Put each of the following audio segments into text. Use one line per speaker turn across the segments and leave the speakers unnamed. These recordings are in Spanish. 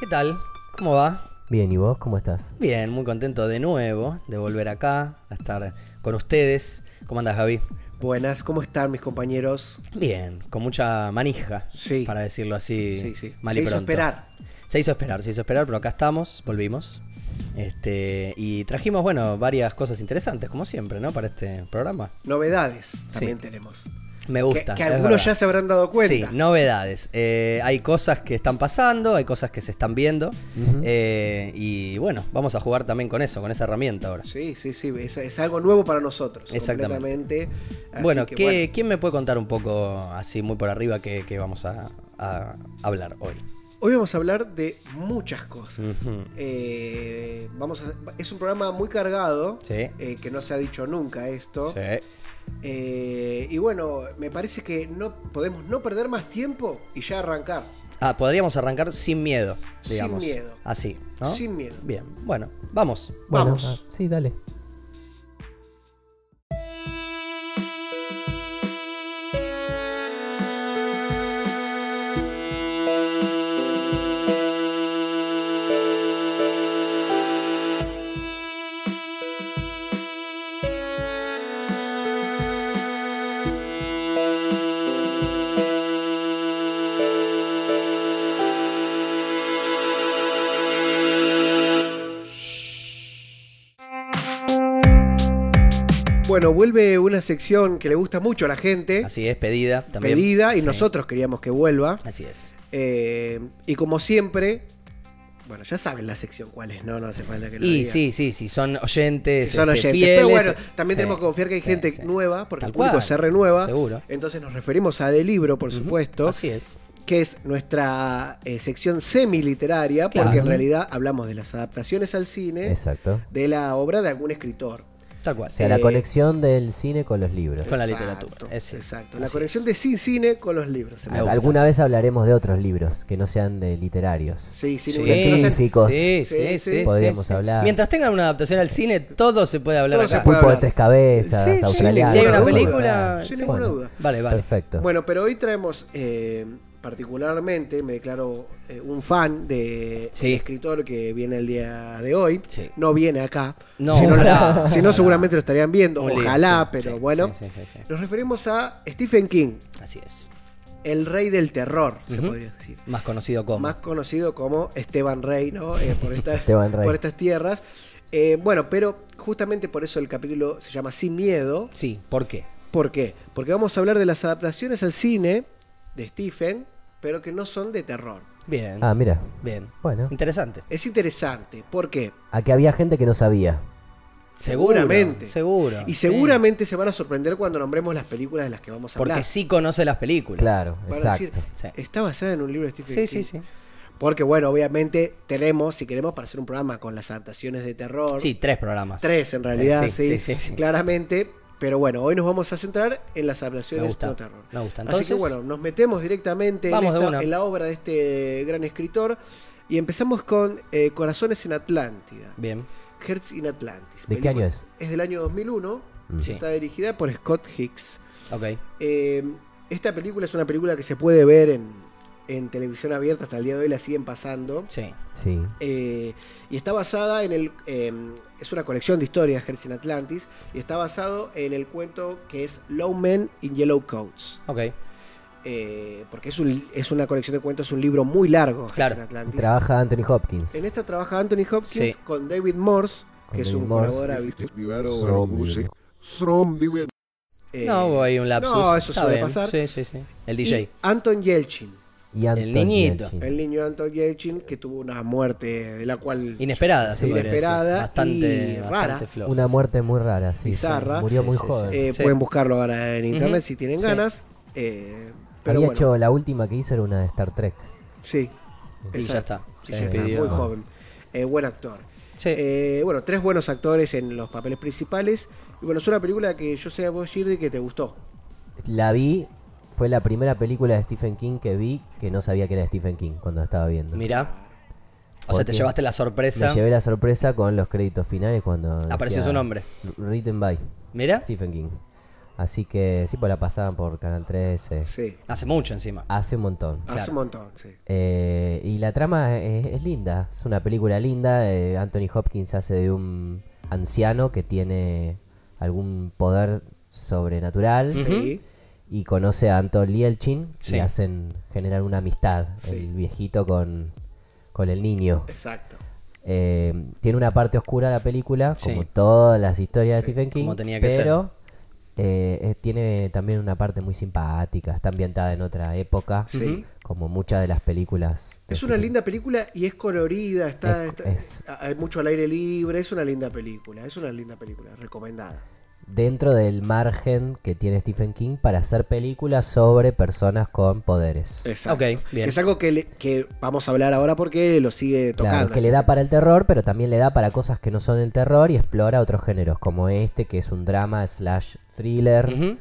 ¿Qué tal? ¿Cómo va?
Bien, ¿y vos cómo estás?
Bien, muy contento de nuevo de volver acá, a estar con ustedes. ¿Cómo andas, Javi?
Buenas, ¿cómo están mis compañeros?
Bien, con mucha manija,
Sí.
para decirlo así,
Sí, sí.
mal
Se
y
hizo
pronto.
esperar.
Se hizo esperar, se hizo esperar, pero acá estamos, volvimos. Este, y trajimos, bueno, varias cosas interesantes, como siempre, ¿no? Para este programa.
Novedades también
Sí.
tenemos.
Me
Que-
gusta.
que
es
algunos
verdad.
ya se habrán dado cuenta.
Sí, novedades. Eh, hay cosas que están pasando, hay cosas que se están viendo. eh, y bueno, vamos a jugar también con eso, con esa herramienta ahora.
Sí, sí, sí, es, es algo nuevo para nosotros.
Exactamente.
Exactamente. Así
bueno,
que,
¿qué- ¿quién me puede contar un poco así muy por arriba que, vamos a, a hablar hoy?
Hoy vamos a hablar de muchas cosas.
Ujú.
Eh, vamos a- es un programa muy cargado,
Sí.
eh, que no se ha dicho nunca esto.
Sí.
Eh, y bueno, me parece que no podemos no perder más tiempo y ya arrancar.
Ah, podríamos arrancar sin miedo,
Sin
digamos.
miedo.
Así, ¿no?
Sin miedo.
Bien, bueno, vamos.
Bueno,
Vamos.
ah, sí, dale.
Bueno, vuelve una sección que le gusta mucho a la gente,
Así es, pedida también.
pedida, y
Sí,
nosotros queríamos que vuelva.
Así es.
Eh, y como siempre, bueno, ya saben la sección cuál es, ¿no? No hace falta que lo
Y
diga.
sí, sí, sí, son oyentes.
Si son
este,
oyentes.
fieles.
Pero bueno, también
Sí,
tenemos que confiar que hay
sí,
gente
sí.
nueva, porque
Tal
el público
cual,
se renueva.
Seguro.
Entonces nos referimos a Del Libro, por supuesto,
Así es.
que es nuestra eh, sección semi-literaria,
Claro.
porque en realidad hablamos de las adaptaciones al cine
Exacto.
de la obra de algún escritor.
Tal cual.
O sea, la
Eh,
conexión del cine con los libros.
Con la
Exacto,
literatura, es sí.
Exacto. La
Así
conexión
es.
de sin cine con los libros.
Me gusta.
Alguna vez hablaremos de otros libros que no sean eh, literarios.
Sí, sí,
Sí,
Científicos.
Sí, sí,
Sí,
sí,
sí.
sí,
Podríamos
sí.
hablar.
Mientras tengan una adaptación al cine, todo se puede hablar
Todo
acá.
se puede
Pulpo de
hablar.
tres cabezas,
Sí, sí,
australiano.
si hay una
todo.
película-
Sin ninguna
Bueno,
duda.
Vale, vale.
Perfecto.
Bueno, pero hoy traemos eh, particularmente, me declaro eh, un fan de
Sí.
el escritor que viene el día de hoy.
Sí.
No viene acá.
No,
si no,
ojalá.
si no, seguramente lo estarían viendo.
Un libro,
ojalá,
sí,
pero
sí,
bueno.
sí, sí, sí, sí.
Nos referimos a Stephen King,
Así es.
el rey del terror, se
Ujú.
podría decir.
Más conocido como.
Más conocido como Esteban Rey, ¿no? Eh, por, estas,
Esteban Rey.
por estas tierras. Eh, bueno, pero justamente por eso el capítulo se llama Sin Miedo.
Sí, ¿por qué?
¿Por qué? Porque vamos a hablar de las adaptaciones al cine de Stephen, pero que no son de terror.
Bien.
Ah, mira.
Bien.
Bueno,
Interesante.
Es interesante, ¿por qué?
aquí había gente que no sabía.
Seguro,
Seguramente.
Seguro.
Y
sí.
seguramente se van a sorprender cuando nombremos las películas de las que vamos a
Porque
hablar.
sí conoce las películas.
Claro,
Van a decir,
exacto.
Sí.
Está basada en un libro de Stephen
Sí,
King.
sí, sí.
Porque, bueno, obviamente tenemos, si queremos, para hacer un programa con las adaptaciones de terror.
Sí, tres programas.
Tres, en realidad,
Eh,
sí,
sí, sí, sí.
Claramente. Pero bueno, hoy nos vamos a centrar en las
Me
adaptaciones
gusta.
no terror.
Me gusta.
Así que
Entonces,
bueno, nos metemos directamente en,
Vamos de
esta-
una.
en la obra de este gran escritor y empezamos con eh, Corazones en Atlántida,
bien.
Hertz in Atlantis.
¿De qué año
Película-
es?
Es del año 2001,
Mm.
Sí.
está dirigida por Scott Hicks.
Ok.
Eh, esta película es una película que se puede ver en, en televisión abierta, hasta el día de hoy la siguen pasando.
Sí.
Sí.
Eh, y está basada en el. eh, es una colección de historias, Hertz in Atlantis. Y está basado en el cuento que es Low Men in Yellow Coats.
Ok.
Eh, porque es, un- es una colección de cuentos, es un libro muy largo, Hertz
Claro.
in
Y
Atlantis.
trabaja Anthony Hopkins.
En esta trabaja Anthony Hopkins
Sí.
con David Morse, que
Con
es
David
un
Morse.
colaborador habitual.
Zombie.
Stromdiven. Stromdiven.
Eh,
no, hubo ahí un lapsus.
no, eso
Está
suele
bien.
pasar.
Sí, sí, sí. El
y
DJ.
Anton Yelchin,
Y Anthony
niñito.
Yelchin.
el niño Anton Yelchin, que tuvo una muerte de la cual.
Inesperada, se
Sí,
podría
inesperada
decir.
y
Bastante,
rara.
bastante floja.
Una muerte muy rara, sí. sí.
Bizarra.
Murió
Sí,
muy
sí, sí.
joven.
eh,
Sí.
Pueden buscarlo ahora en internet
Ujú.
si tienen
Sí.
ganas. eh, pero
había
bueno,
hecho, la última que hizo era una de Star Trek.
sí.
Y ya
Exacto.
está.
Sí,
Se
ya está,
despidió.
muy joven. Eh, buen actor.
Sí.
Eh, bueno, tres buenos actores en los papeles principales. Y bueno, es una película que yo sé a vos, Girdi, que te gustó.
La vi, fue la primera película de Stephen King que vi que no sabía que era de Stephen King cuando la estaba viendo.
Mirá. O sea, te
Porque
llevaste la sorpresa.
Me llevé la sorpresa con los créditos finales cuando.
Apareció
decía,
su nombre.
"Written by
Mirá.
Stephen King. Así que sí, pues la pasaban por Canal 13.
Sí.
Hace mucho encima.
Hace un montón.
Hace
Claro.
un montón, sí.
Eh, y la trama es, es linda, es una película linda. eh, Anthony Hopkins hace de un anciano que tiene algún poder sobrenatural
Sí.
y conoce a Anton Yelchin
Sí.
y hacen generar una amistad,
Sí.
el viejito con, con el niño.
Exacto.
Eh, tiene una parte oscura la película,
Sí.
como todas las historias
Sí,
de Stephen King,
como tenía que
pero eh, eh, tiene también una parte muy simpática, está ambientada en otra época,
Sí.
como muchas de las películas. de
Es una
Stephen
linda película y es colorida, está,
Es-
está-
es-
hay mucho al aire libre, es una linda película, es una linda película, recomendada.
dentro del margen que tiene Stephen King para hacer películas sobre personas con poderes.
Exacto.
Ok, bien.
Es algo que, le- que vamos a hablar ahora porque lo sigue
Claro,
tocando.
que le da para el terror, pero también le da para cosas que no son el terror y explora otros géneros, como este, que es un drama slash thriller
Ujú.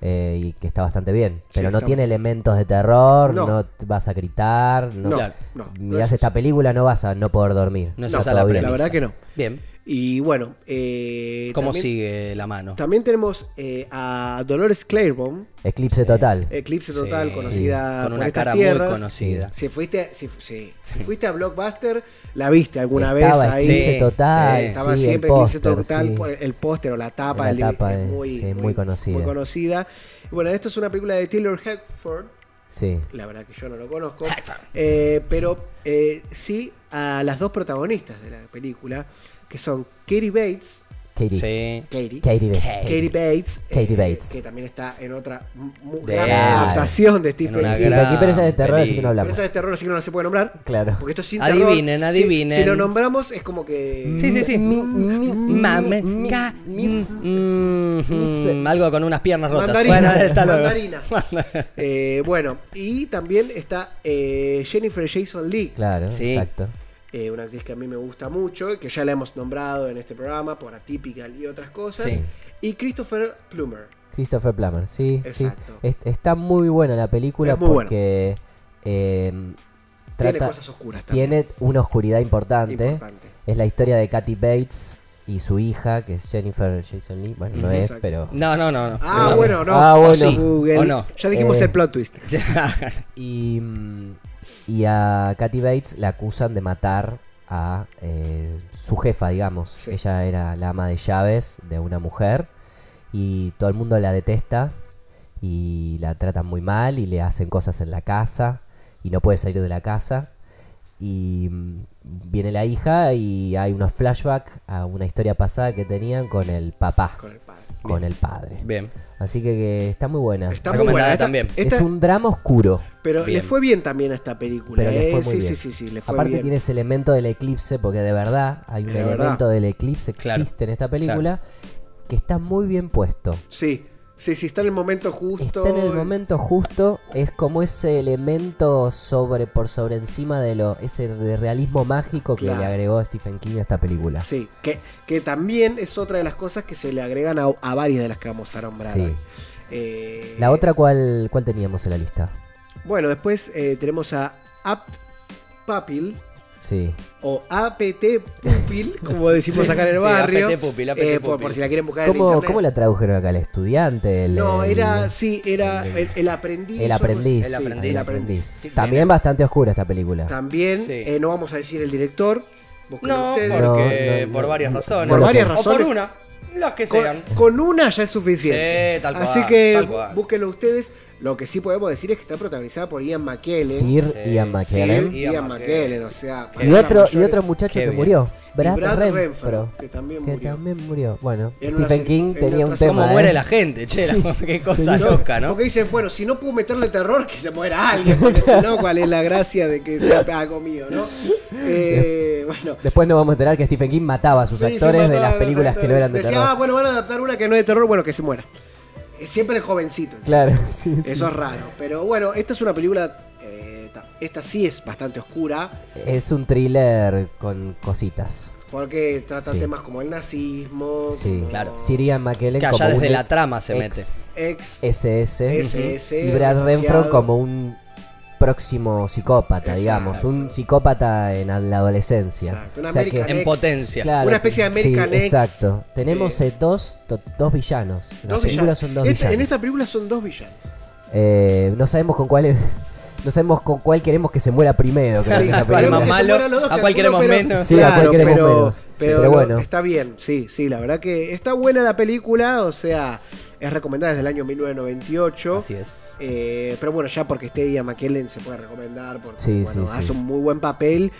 eh, y que está bastante bien.
Sí,
Pero no
está
tiene
bastante-
elementos de terror,
No.
no, te vas a gritar, no.
No,
Claro.
no, no
Mirás
es-
esta película, no vas a no poder dormir.
No es
Está
esa la
todo bien.
La verdad
premisa.
que no.
Bien.
Y bueno, eh,
¿Cómo
también,
sigue la mano?
También tenemos eh, a Dolores Claiborne,
Eclipse total.
Eclipse Total,
Sí.
conocida
Con
por
una
estas
cara
tierras.
muy conocida.
Si fuiste, si, fu- sí. Si fuiste a Blockbuster, la viste alguna
Estaba
vez ahí. Eh,
Eclipse
Sí,
total.
sí.
Estaba
sí, el
siempre Eclipse
póster,
Total,
sí.
por el póster o la tapa
La
del libro,
tapa
es
de- sí, muy conocida.
muy conocida. Y bueno, esto es una película de Taylor Hackford,
Sí.
la verdad que yo no lo conozco, eh, pero eh, sí a las dos protagonistas de la película, que son Katie Bates,
Katie.
Sí.
Katie,
Katie Bates.
Katie Bates, eh,
Katie Bates.
que también está en otra mu- mu-
De-
gran adaptación de
en
Stephen
una
King.
Stephen King, pero esa es de
gran
terror, así que
Pero esa
peli.
no hablamos.
es de terror, así que no la se puede nombrar.
Claro.
Porque esto es sin
Adivinen,
terror. Si-
adivinen. Mm.
Si, lo nombramos es como que...
Sí, sí, sí. Mame.
mi-
ca-
mis-
mm, mm, Algo con unas piernas rotas.
Mandarina.
Bueno, está luego.
Mandarina. Eh, bueno, y también está eh, Jennifer Jason Lee,
Claro,
Sí.
exacto.
eh, una actriz que a mí me gusta mucho, que ya la hemos nombrado en este programa por Atypical y otras cosas.
Sí.
Y Christopher Plummer.
Christopher Plummer, sí, sí.
Exacto.
Es- está muy buena la película
Es muy buena.
porque eh,
Tiene
trata-
cosas oscuras también.
tiene una oscuridad importante.
Importante.
Es la historia de Kathy Bates y su hija, que es Jennifer Jason Lee. Bueno, no es,
Exacto.
pero.
No, no, no. no.
Ah,
No.
bueno, no.
Ah, bueno.
Sí.
Google.
¿O no?
Ya dijimos
Eh.
el plot twist.
Y, mm, y a Kathy Bates la acusan de matar a eh, su jefa, digamos.
Sí.
Ella era la ama de llaves de una mujer y todo el mundo la detesta y la tratan muy mal y le hacen cosas en la casa y no puede salir de la casa. Y mm, viene la hija y hay unos flashbacks a una historia pasada que tenían con el papá,
Con el padre.
con el padre.
Bien.
Así que, que está muy buena.
Está muy
Recomendada
buena. Esta-
también.
esta-
Es un drama oscuro.
Pero le
Bien.
fue bien también a esta película.
Pero le
eh.
fue muy
sí,
bien.
sí, sí, sí, le fue
Aparte
bien.
tiene ese elemento del eclipse, porque de verdad hay un
De verdad.
elemento del eclipse existe
Claro,
en esta película que está muy bien puesto.
Sí, sí, sí, está en el momento justo.
Está en el momento justo, es como ese elemento sobre por sobre encima de lo ese de realismo mágico que
Claro.
le agregó Stephen King a esta película.
Sí, que, que también es otra de las cosas que se le agregan a, a varias de las que vamos a nombrar.
Sí.
hoy. Eh,
La otra cuál cuál teníamos en la lista.
Bueno, después eh, tenemos a Apt Papil
Sí.
o APT Pupil, como decimos acá en el
Sí,
barrio.
APT Pupil, APT
Eh, por,
Pupil.
por si la quieren buscar en
¿Cómo,
internet.
cómo la tradujeron acá el estudiante? El-
No,
el-
era, sí, era el, el aprendiz.
el
o-
aprendiz.
sí,
El aprendiz.
el aprendiz.
Sí,
También
bien.
bastante oscura esta película.
También,
Sí.
eh, no vamos a decir el director. busquen
No,
ustedes.
No,
porque
no, no.
por varias razones.
Por varias
O por
razones.
una. Las que
con,
sean.
con una ya es suficiente.
Sí, tal cual,
Así que
tal cual.
búsquenlo ustedes. Lo que sí podemos decir es que está protagonizada por Ian McKellen.
Sir
Sí,
Ian
Sir
McKellen.
Ian
Ian,
McKellen.
McKellen, o sea.
¿eh? Y
para
otro, y
mayores.
otro muchacho
Qué
que
bien.
murió,
Y
Brad, Renfro,
que también
que
murió.
también murió. Bueno,
En una
Stephen
se-
King
en
tenía
otra
un
se-
tema.
¿Cómo
¿eh?
muere la gente, che? la- qué cosa
No,
loca, ¿no?
Porque dicen, bueno, si no puedo meterle terror, que se muera alguien, porque si no, ¿cuál es la gracia de que sea algo mío, no? Eh, bueno.
Después nos vamos a enterar que Stephen King mataba a sus
Sí, sí,
actores de
mataba a
las
los
películas que no
actores.
eran de
Decía, ah,
terror.
bueno, van a adaptar una que no es de terror, bueno, que se muera. Eh, Siempre el jovencito.
Claro, sí, sí.
Eso es raro. Pero bueno, esta es una película. eh, ta- esta sí es bastante oscura.
Es un thriller con cositas.
Porque trata
Sí.
temas como el nazismo.
Sí,
como
claro.
Sir Ian McKellen
Que allá
como
desde
un
la trama se
¿eh? ex
Ex.
SS
SS,
y Brad Renfro
refugiado.
como un próximo psicópata,
Exacto.
digamos. Un psicópata en la adolescencia.
Exacto, un
O sea que-
American
En
Ex.
potencia.
claro,
Una especie de American
sí,
Ex.
Exacto. Tenemos
Eh,
eh, dos, to- dos villanos. Las
Dos
películas
villanos.
son dos
Esta-
villanos.
En esta película son dos villanos.
Eh, no sabemos con cuál no sabemos con cuál queremos que se muera primero. creo
Sí,
que esta
¿a cuál
película.
más
que se
malo?
mueran los dos,
¿A
calculo,
cuál queremos
pero-
menos?
Sí, ¿a cuál
Claro,
queremos
pero,
menos? Sí,
pero
pero
no,
bueno.
está bien, sí, sí, la verdad que está buena la película, o sea, es recomendada desde el año 1998.
Así es.
Eh, pero bueno, ya porque esté Ian McKellen se puede recomendar porque
Sí,
bueno,
sí, sí.
hace un muy buen papel.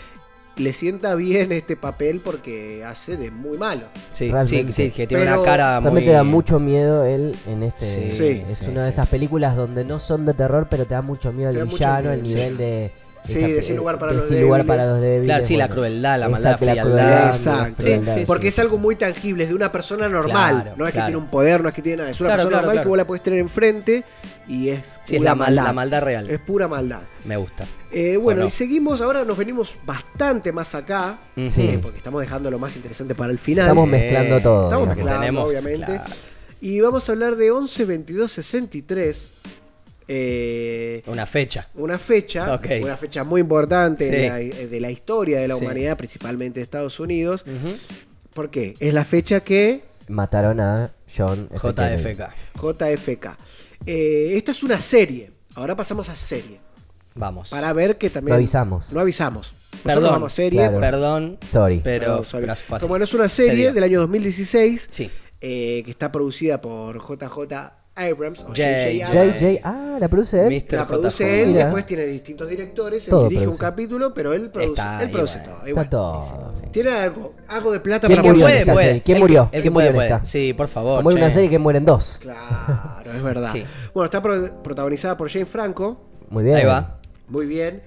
Le sienta bien este papel porque hace de muy malo.
Sí,
Realmente.
sí, sí, que tiene
Pero-
una cara muy...
Realmente da mucho miedo él en este.
Sí,
Sí,
es
sí,
una de
sí,
estas
sí.
películas donde no son de terror, pero te da mucho miedo
Te da
el
mucho
villano,
miedo,
el
sí.
nivel de.
Sí, de sin lugar para
de
los
sin lugar
débiles.
para los débiles,
Claro, sí, la
bueno.
crueldad, la maldad, la
Exacto, la
frialdad.
crueldad,
la
Exacto, sí,
frialdad,
sí,
Eh, porque
sí.
es algo muy tangible, es de una persona normal.
Claro,
no es
claro.
que tiene un poder, no es que tiene nada. Es una
Claro,
persona
claro,
normal
claro.
que vos la puedes tener enfrente y es,
Sí, es
pura
la, mal- la maldad real.
Es pura maldad.
Me gusta.
Eh, bueno,
¿O no?
y seguimos, ahora nos venimos bastante más acá,
Sí.
eh, porque estamos dejando lo más interesante para el final. Eh,
Estamos mezclando todo.
Estamos
digamos.
Porque
mezclando,
tenemos,
obviamente.
claro,
Y vamos a hablar de 11, 22, 63. eh,
una fecha.
una fecha,
Ok.
una fecha muy importante
Sí.
de, la, eh, de la historia de la
Sí.
humanidad, principalmente de Estados Unidos. ¿Por qué? Es la fecha que
Mataron a John F. Kennedy.
JFK.
JFK. Eh, esta es una serie. Ahora pasamos a serie.
Vamos.
Para ver que también.
No avisamos.
No avisamos. Nosotros
Perdón.
vamos a serie.
Claro.
Perdón,
Sorry.
pero,
Perdón, sorry.
pero es fácil.
Pero bueno, es una serie
Serio.
del año 2016
Sí.
eh, que está producida por JJ Abrams. o
J.J.
J.J. Abrams.
JJ, ah, la produce él.
Mr.
La produce
JJ.
él,
Mira.
después tiene distintos directores, él
Todo
dirige un
produce.
capítulo, pero él produce,
Está
él produce
igual.
todo.
Está
igual.
todo.
Tiene algo, algo de plata
¿Quién
para
que
murió en
puede,
esta
puede.
serie? ¿Quién
El que-
murió?
el que
¿Quién murió en
puede,
esta?
puede. Sí, por favor,
Como hay una
che.
serie que mueren dos.
Claro, es verdad.
Sí.
Bueno, está pro- protagonizada por Jane Franco,
Muy bien.
Ahí va.
muy bien.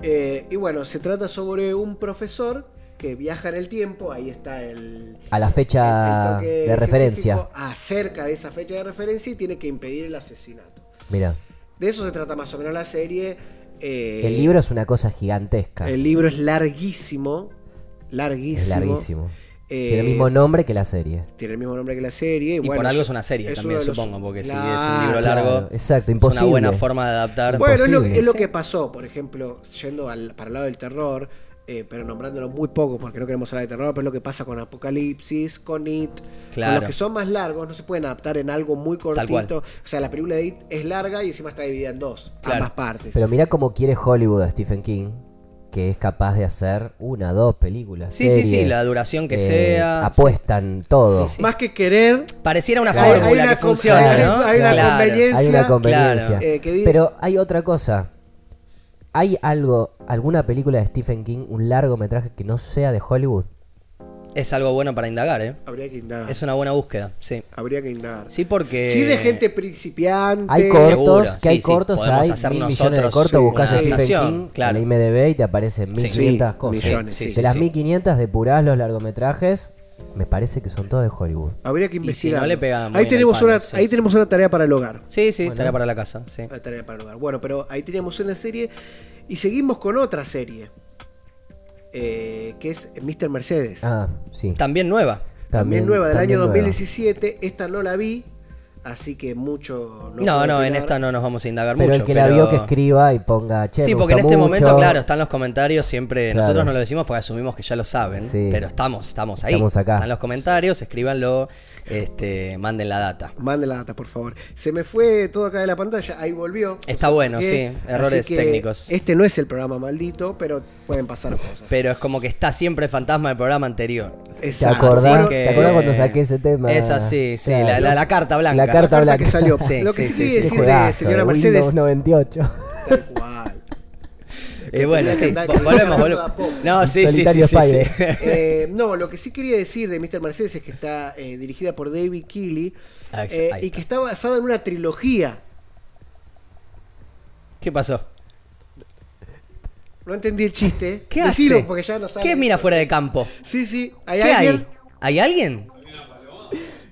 Eh, y bueno, se trata sobre un profesor que viaja en el tiempo, ahí está el,
A la fecha
el- el Este toque
de referencia.
científico acerca de esa fecha de referencia y tiene que impedir el asesinato.
Mira,
De eso se trata más o menos la serie. eh,
el libro es una cosa gigantesca.
El libro es larguísimo. Larguísimo.
es larguísimo.
Eh,
Tiene el mismo nombre que la serie.
tiene el mismo nombre que la serie.
Y
bueno,
por algo es una serie
es uno
también,
de los-
supongo, porque si es
Claro.
un libro largo,
Claro, exacto,
es
imposible.
una buena forma de adaptar.
Bueno, es lo, es lo
Sí.
que pasó, por ejemplo, yendo al, para el lado del terror, eh, pero nombrándolo muy poco porque no queremos hablar de terror, pero es lo que pasa con Apocalipsis, con It. Con
Claro.
los que son más largos no se pueden adaptar en algo muy
Tal cual.
cortito. O sea, la película de It es larga y encima está dividida en dos,
Claro.
ambas partes.
Pero mira cómo quiere Hollywood a Stephen King, que es capaz de hacer una, dos películas.
Sí, sí, sí,
series,
la duración que
eh,
sea.
Apuestan todo.
Sí, sí.
Más que querer,
Pareciera una
Claro.
fórmula
Hay
una
que
com-
funciona,
hay-
¿no?
hay una
Claro.
conveniencia.
Hay una conveniencia.
claro, eh, que di-
Pero hay otra cosa. ¿Hay algo, alguna película de Stephen King, un largometraje que no sea de Hollywood?
Es algo bueno para indagar, ¿eh?
habría que indagar.
Es una buena búsqueda, sí.
Habría que indagar.
Sí, eh, porque.
Ah. Sí, de gente principiante.
Hay cortos,
seguro,
que hay
sí, sí,
cortos,
podemos
hay
hacer
mil millones de
nosotros
cortos,
una
buscas a Stephen
adaptación,
King,
claro.
en la IMDB y te aparecen
Sí.
1500
Sí,
cosas.
millones,
Sí, sí,
de
sí,
las
sí.
1500 depurás los largometrajes, me parece que son todos de Hollywood.
Habría que
si
investigar.
no le pegan muy
ahí
en
tenemos
el palo,
una,
sí.
ahí tenemos una tarea para el hogar.
Sí, sí, tarea para la casa, sí.
Una tarea para el hogar. Bueno, pero ahí teníamos una serie y seguimos con otra serie. eh, que es Mr. Mercedes.
Ah, sí.
También nueva.
también, nueva del
también
año
nueva.
2017. Esta no la vi, así que mucho
No,
puedo
no, en
opinar.
esta no nos vamos a indagar
Pero
mucho.
el que la
pero-
vio que escriba y ponga, che,
Sí,
me
porque en
gustó
este
mucho.
momento, claro, están los comentarios siempre.
Claro.
Nosotros no lo decimos porque asumimos que ya lo saben.
Sí.
Pero estamos, estamos ahí.
Estamos acá.
Están los comentarios, escríbanlo, este, manden la data.
Mande la data, por favor. Se me fue todo acá de la pantalla, ahí volvió.
Está
por
bueno,
qué.
Este sí, errores
Así que
técnicos.
Este no es el programa maldito, pero pueden pasar cosas.
Pero es como que está siempre el fantasma del programa anterior.
¿Te
Exacto.
acordás,
Bueno,
que-
¿Te acordás cuando saqué ese tema?
Es así, sí,
Claro.
la, la- la carta blanca.
La carta
la carta que
blanca.
salió.
Sí,
Lo que
sí,
sí, quiere
sí, sí.
Qué
decir
juegazo,
de señora Mercedes.
Windows 98.
Tal cual.
Y Eh, bueno, sí,
Andá, que
volvemos,
andá a poco.
volvemos. No, sí, sí, sí,
Solitario
sí, sí.
Eh, no, lo que sí quería decir de Mr. Mercedes es que está eh, dirigida por David Keely
Ah, ex-
eh,
ahí
y
está.
que está basada en una trilogía.
¿Qué pasó?
No entendí el chiste.
¿Qué
Decilo,
hace?
porque ya no sabe.
¿Qué mira fuera de campo?
Sí, sí. ¿Hay
¿Qué
alguien?
hay? ¿Hay alguien?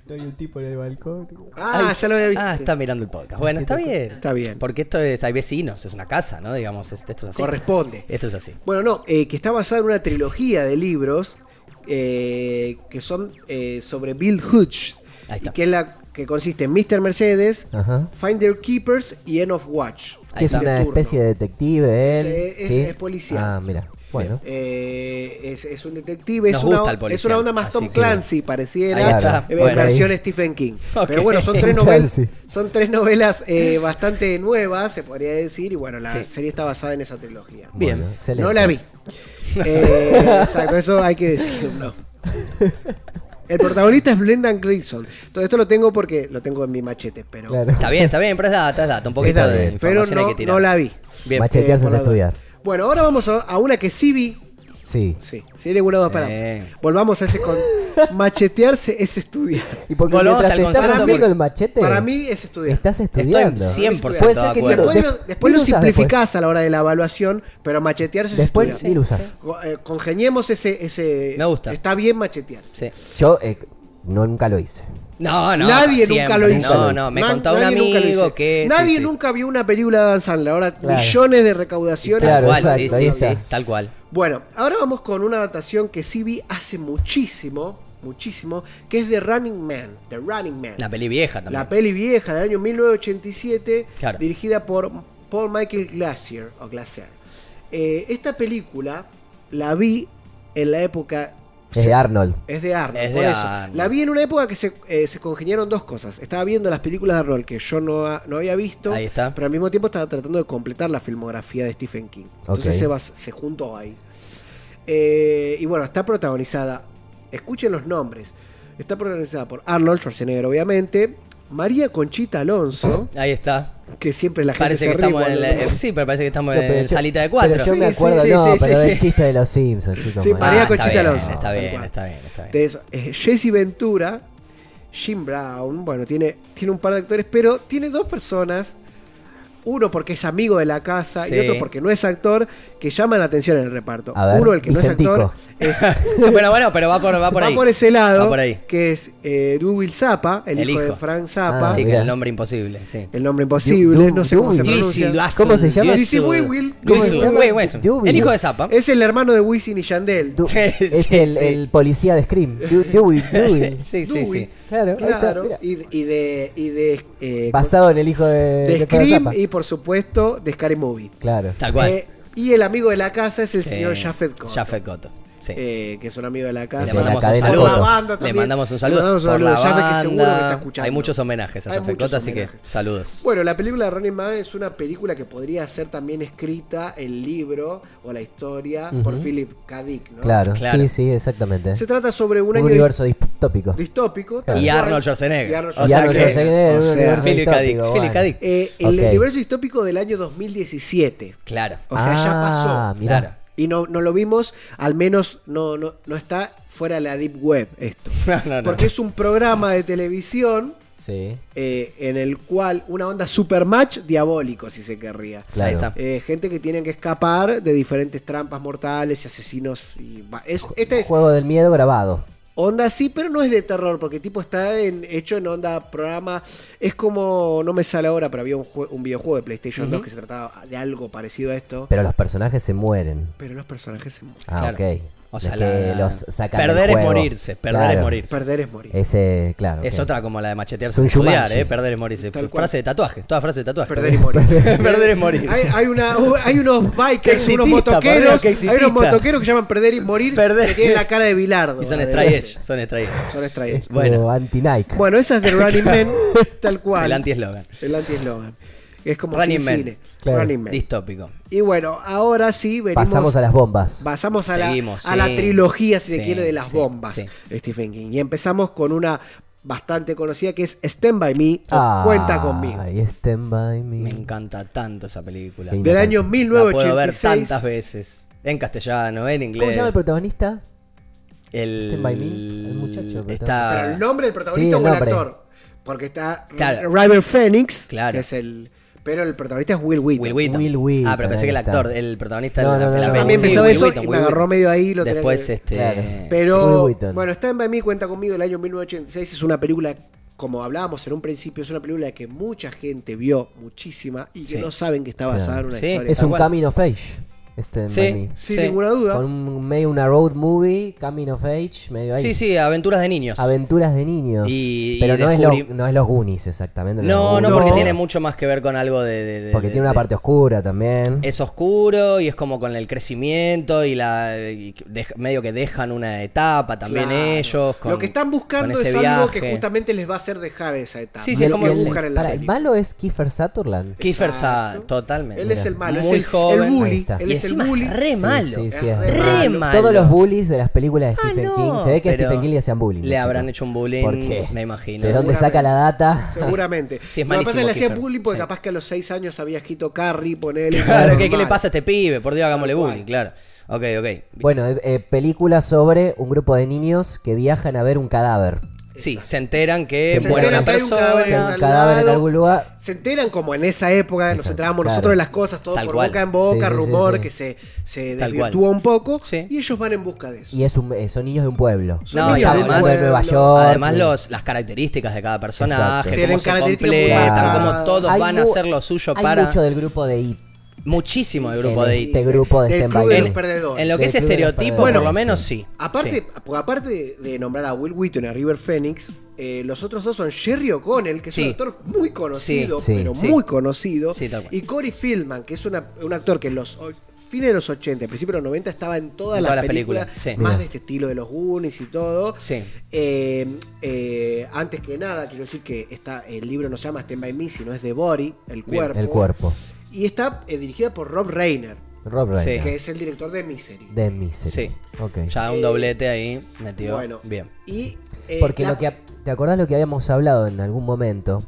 No hay un tipo en el balcón.
Ah, ya lo había visto.
Ah,
sí.
está mirando el podcast. Bueno, está bien.
Está bien.
Porque esto es, hay vecinos, es una casa, ¿no? Digamos, es- esto es así.
Corresponde.
Esto es así.
Bueno, no, eh, que está basada en una trilogía de libros eh, que son eh, sobre Bill Hutch. Y
Ahí está. Ah.
que, es la, que consiste en Mr. Mercedes,
Ajá.
Find Their Keepers y End of Watch.
Ahí
Que es
está.
una
De turno.
especie de detective él.
Es- es-
¿sí?
es policía.
Ah, mira. Bueno.
Eh, es, es un detective, es
Nos
una,
gusta el policial,
es una onda más
así
Tom
que-
Clancy, pareciera,
Ahí
está,
eh,
bueno.
versión Stephen King.
Ok.
Pero bueno, son
Tom
tres novelas,
Clancy.
son tres novelas eh, bastante nuevas, se podría decir, y bueno, la
Sí.
serie está basada en esa trilogía.
Bien.
Bueno, excelente.
No la vi. Eh, exacto, eso hay que decirlo. El protagonista es Brendan Gleeson. Todo esto lo tengo porque lo tengo en mi machete, pero
Claro.
Está bien, está bien, pero es data, es data. Un
Es
poquito
data,
de
pero
información hay
no,
que tirar.
no la vi. Eh,
Bien.
Machete. Chequearse
por
es
las dudas.
estudiar.
Bueno, ahora vamos a, a una que sí vi.
Sí.
Sí, sí, de una o dos para.
Bien.
Volvamos a ese con machetearse es estudiar.
Y porque
Volvamos
mientras
al
te estás
concepto,
haciendo
porque-
el machete,
Para mí es estudiar.
estás
Estoy
estudiando.
100%
Puede
de
ser que
acuerdo.
ni-
Después, lo-
ni
después lo
usas
simplificás a la hora de la evaluación, pero machetearse
Después
es
ni
estudiar.
lo usas.
Co- eh, Congeniemos ese, ese.
Me gusta.
Está bien machetearse.
Sí.
Yo eh, no, nunca lo hice.
No, no.
nadie
siempre.
nunca lo hizo.
No, no, me
Na-
contó un
nadie nunca lo hizo.
amigo que. sí,
Nadie
sí.
nunca vio una película de Dan Sandler. Ahora
Claro.
millones de recaudaciones.
Tal
Claro,
cual,
exacto,
sí,
ahí
sí, sí,
está.
tal cual.
Bueno, ahora vamos con una adaptación que sí vi hace muchísimo, muchísimo, que es The Running Man. The Running Man.
La peli vieja también.
La peli vieja del año 1987,
Claro.
dirigida por Paul Michael Glacier. O Glaser. Eh, esta película la vi en la época.
Es de Arnold.
Es de Arnold,
Es
por
de
eso.
Arnold.
La vi en una época que se, eh, se congeniaron dos cosas. Estaba viendo las películas de Arnold que yo no, ha- no había visto,
Ahí está.
pero al mismo tiempo estaba tratando de completar la filmografía de Stephen King. Entonces
Ok.
se, bas- se juntó ahí. Eh, y bueno, está protagonizada, escuchen los nombres, está protagonizada por Arnold Schwarzenegger, obviamente, María Conchita Alonso,
Ahí está.
que siempre la gente
Parece
se
que
ríe
estamos en
cuando-
la- eh, Sí, pero parece que estamos
No, pero
en
yo-
salita de cuatro.
Pero yo me
Sí, sí,
acuerdo,
sí,
no,
sí,
pero
sí,
del
sí.
chiste de los Simpsons, chicos.
Sí,
madre.
María
Ah,
Conchita
está bien,
Alonso.
Está bien,
Tal
está bien, está bien.
de eso. Eh, Jesse Ventura, Jim Brown, bueno, tiene, tiene un par de actores, pero tiene dos personas. Uno porque es amigo de la casa
Sí.
y otro porque no es actor, que llaman la atención en el reparto.
A ver,
Uno, el que
Vicentico.
no es actor, es-
Bueno, bueno, pero va por, va por
va
ahí.
por ese lado,
Va por ahí.
que es eh, Dubil Zappa, el,
El
hijo,
hijo.
de Frank Zappa,
Ah,
Sí, que
mirá.
el nombre imposible, sí.
el nombre imposible,
Du-
no sé cómo se
Dubil.
Diesel
pronuncia.
Duazel,
¿Cómo se llama?
Diesel-
Diesel Wewell.
Diesel
¿Cómo se llama?
Wewell, eso.
Dubil.
El hijo de Zappa.
Es el hermano de Wisin y Yandel.
Du-
Sí,
es
sí,
el,
sí.
el policía de Scream. Du- Dewey, Dewey.
Sí, sí,
Dubil.
sí.
Claro, ahí está,
Claro,
mira.
y, y de... Y de eh,
Basado en el hijo de,
de
de Pedro
Scream
Zappa.
y por supuesto de Scary Movie.
Claro.
Tal cual.
Eh, y el amigo de la casa es el
Sí.
señor Jaffet Cotto.
Jaffet Cotto. Sí.
eh, que es un amigo de la
Le
casa.
de la
mandamos, un
cadena
saludo.
Cotto.
La banda
Le
también.
mandamos un
Le
saludo.
mandamos un
por la
saludo. Jaffet, que seguro que está
banda.
escuchando.
Hay muchos homenajes a
Hay
Jaffet
muchos
Cotto, así que
homenajes.
saludos.
Bueno, la película de Running Man es una película que podría ser también escrita el libro o la historia por
Ujú.
Philip K. Dick, ¿no?
Claro,
Claro.
sí, sí, exactamente.
Se trata sobre un,
Un
año
universo distópico.
distópico. tal
Y
cual.
Arnold Schwarzenegger.
Y Arnold
O sea
Arnold
que-
o
Schwarzenegger, un
sea,
universo
Philip K. Dick,
distópico,
Philip K. Dick.
Eh, el
Ok.
universo distópico del año 2017.
Claro.
O sea, ya
Ah,
pasó.
mirá.
Claro.
Y no, no lo vimos, al menos no, no, no está fuera de la Deep Web esto.
No, no, no.
Porque es un programa de televisión
Sí,
eh, en el cual una onda supermatch diabólico, si se querría.
claro.
Ahí está.
Eh, gente que tienen que escapar de diferentes trampas mortales y asesinos. Y va- es, esta
Este
es
Juego del miedo grabado.
onda sí, pero no es de terror, porque tipo está en, hecho en onda programa. Es como, no me sale ahora, pero había un, jue- un videojuego de PlayStation 2 que se trataba de algo parecido a esto. Pero,
Pero los personajes se mueren.
los personajes se mueren.
Ah,
Claro.
ok.
O sea,
Es
la-
que los sacan del
perder es
juego.
morirse, perder es morirse.
Perder es morir.
Ese, claro.
Es
ok.
otra como la de machetearse
Es un
sin estudiar,
Shumanji.
¿eh? Perder es morirse.
Tal cual.
Frase de tatuaje, toda frase de tatuaje.
Perder y morir.
Perder es morir.
Hay, hay una, hay unos
Qué
bikers,
exitista,
unos motoqueros.
Pablo, qué
hay
exitista.
unos motoqueros que llaman perder y morir.
Perder.
Que tienen la cara de Bilardo.
Y son
adelante.
straight edge, son straight edge.
Son straight edge.
Como
Bueno.
anti-Nike.
Bueno, esa es de Running Man, tal cual.
El anti-eslogan.
El anti-eslogan. Es como
Running
sin
Man.
cine.
Claro.
Running Man.
Distópico.
Y bueno, ahora sí venimos.
Pasamos a las bombas.
Pasamos a, la,
Seguimos,
a la
sí.
trilogía, si se
Sí,
quiere, de las
sí,
bombas
sí.
de Stephen King. Y empezamos con una bastante conocida que es Stand By Me o
Ah,
Cuenta Conmigo.
y Stand by me.
Me encanta tanto esa película.
Del
La
Del año
puedo ver
1986.
tantas veces. En castellano, en inglés.
¿Cómo se llama el protagonista?
El-
Stand by Me, el muchacho que
Está...
Pero el nombre del
Sí,
protagonista
el
o el
nombre.
actor. Porque está mm,
Claro.
River Phoenix,
Claro.
que es el. Pero el protagonista es Will Wheaton.
Will Wheaton.
Will Wheaton,
Ah, pero pensé que el
ahí está.
actor, el protagonista
No,
de la,
no, no,
la
no.
peli.
También
Sí,
pensaba
Will
eso
Wheaton,
y me
Will
agarró
Wheaton.
medio ahí. Lo tenía
Después,
que-
este...
Claro.
Pero
Will Wheaton.
bueno, está en By Me cuenta conmigo el año 1986 es una película como hablábamos en un principio, es una película que mucha gente vio, muchísima, y que
Sí.
no saben que está basada en una
Sí,
historia.
Es
Tal
un
cual.
camino face. Este
Sí.
By Me.
Sin
Sí.
ninguna duda.
Con un- medio una road movie, coming of age, medio ahí.
Sí, sí, aventuras de niños.
Aventuras de niños.
Y- y
pero no, es
descubrí-
lo- no es los Goonies exactamente. los
No, no,
Goonies.
porque
No.
tiene mucho más que ver con algo de. de- de-
Porque
de-
tiene una
de-
parte oscura también.
Es oscuro y es como con el crecimiento y la y dej- medio que dejan una etapa también
Claro.
ellos. Con,
Lo que están buscando
con
es
ese
algo que
viaje.
justamente les va a hacer dejar esa etapa.
Sí,
Y
sí,
el-
como
y
que
el-
buscan
en la
pará, el
película.
malo es Kiefer Sutherland.
Kiefer Sa-
Exacto.
totalmente.
Él es el malo, es
Muy
el- el
joven.
Ahí
bully,
está.
él
Y
es el
encima es
bully.
re
Sí,
malo.
sí, sí,
es
es
re
re
malo.
malo. Ah,
Todos los bullies de las películas de Stephen
no,
King. Se ve que a
pero
Stephen King le hacían bullying.
Le
los
habrán
chicos.
hecho un bullying,
¿Por qué?
me imagino.
¿De dónde
Seguramente.
saca la data?
Seguramente.
Sí, es
lo que pasa es que
malísimo
le hacía
Kiefer.
bullying porque
Sí.
capaz que a los 6 años había escrito Carrie, ponele.
Claro, ¿qué,
normal.
qué le pasa a este pibe? Por Dios, hagámosle
cual.
bullying, claro. Ok, ok.
Bueno, eh, eh, película sobre un grupo de niños que viajan a ver un cadáver.
Sí, se enteran que
Se
muere
enteran
una
que
hay un
persona.
cadáver
Que hay
tal
un cadáver en
lado.
algún lugar.
Se enteran como en esa época, nos
Exacto,
enterábamos
claro.
nosotros de las cosas, todo
Tal
por
cual.
boca en boca,
Sí, sí, sí,
rumor
sí.
que se, se
Tal
desvirtúa un poco.
Sí.
Y ellos van en busca de eso.
Y es un, eh, son niños de un pueblo.
No,
Son
y
niños de un
además-
pueblo de Nueva York.
Además
y-
los, las características de cada personaje,
Exacto.
cómo
Tienen
se
características muy
completan,
marcadas.
cómo todos
Hay
van a
mu-
hacer lo suyo
hay
para...
mucho del grupo de IT.
Muchísimo el grupo de IT.
Este grupo de
Del
Stand
club
By
de
Me.
los perdedores.
En lo que
Del
es
Club de los
estereotipo,
Perdedores,
por lo menos
sí.
sí.
Aparte,
Sí.
porque aparte de, de nombrar a Will Wheaton y a River Phoenix, eh, los otros dos son Jerry O'Connell, que es
Sí.
un actor muy conocido,
Sí, sí,
pero
sí.
muy conocido,
Sí, tal cual.
y Corey Feldman, que es una- un actor que en los o- fines de los 80, principios de los 90 estaba en todas
En
las
todas las
películas,
películas, sí.
más
Mira.
de este estilo de los Goonies y todo.
Sí.
Eh, eh, antes que nada, quiero decir que está, el libro no se llama Stand By Me, sino es The Body, el
Bien,
cuerpo.
El cuerpo.
Y está eh, dirigida por Rob Reiner,
Rob Reiner.
que es el director de Misery.
De Misery.
Sí.
Ok.
Ya un doblete ahí metido.
Bueno,
Bien.
Y, eh,
Porque
la-
lo que ha- te acordás lo que habíamos hablado en algún momento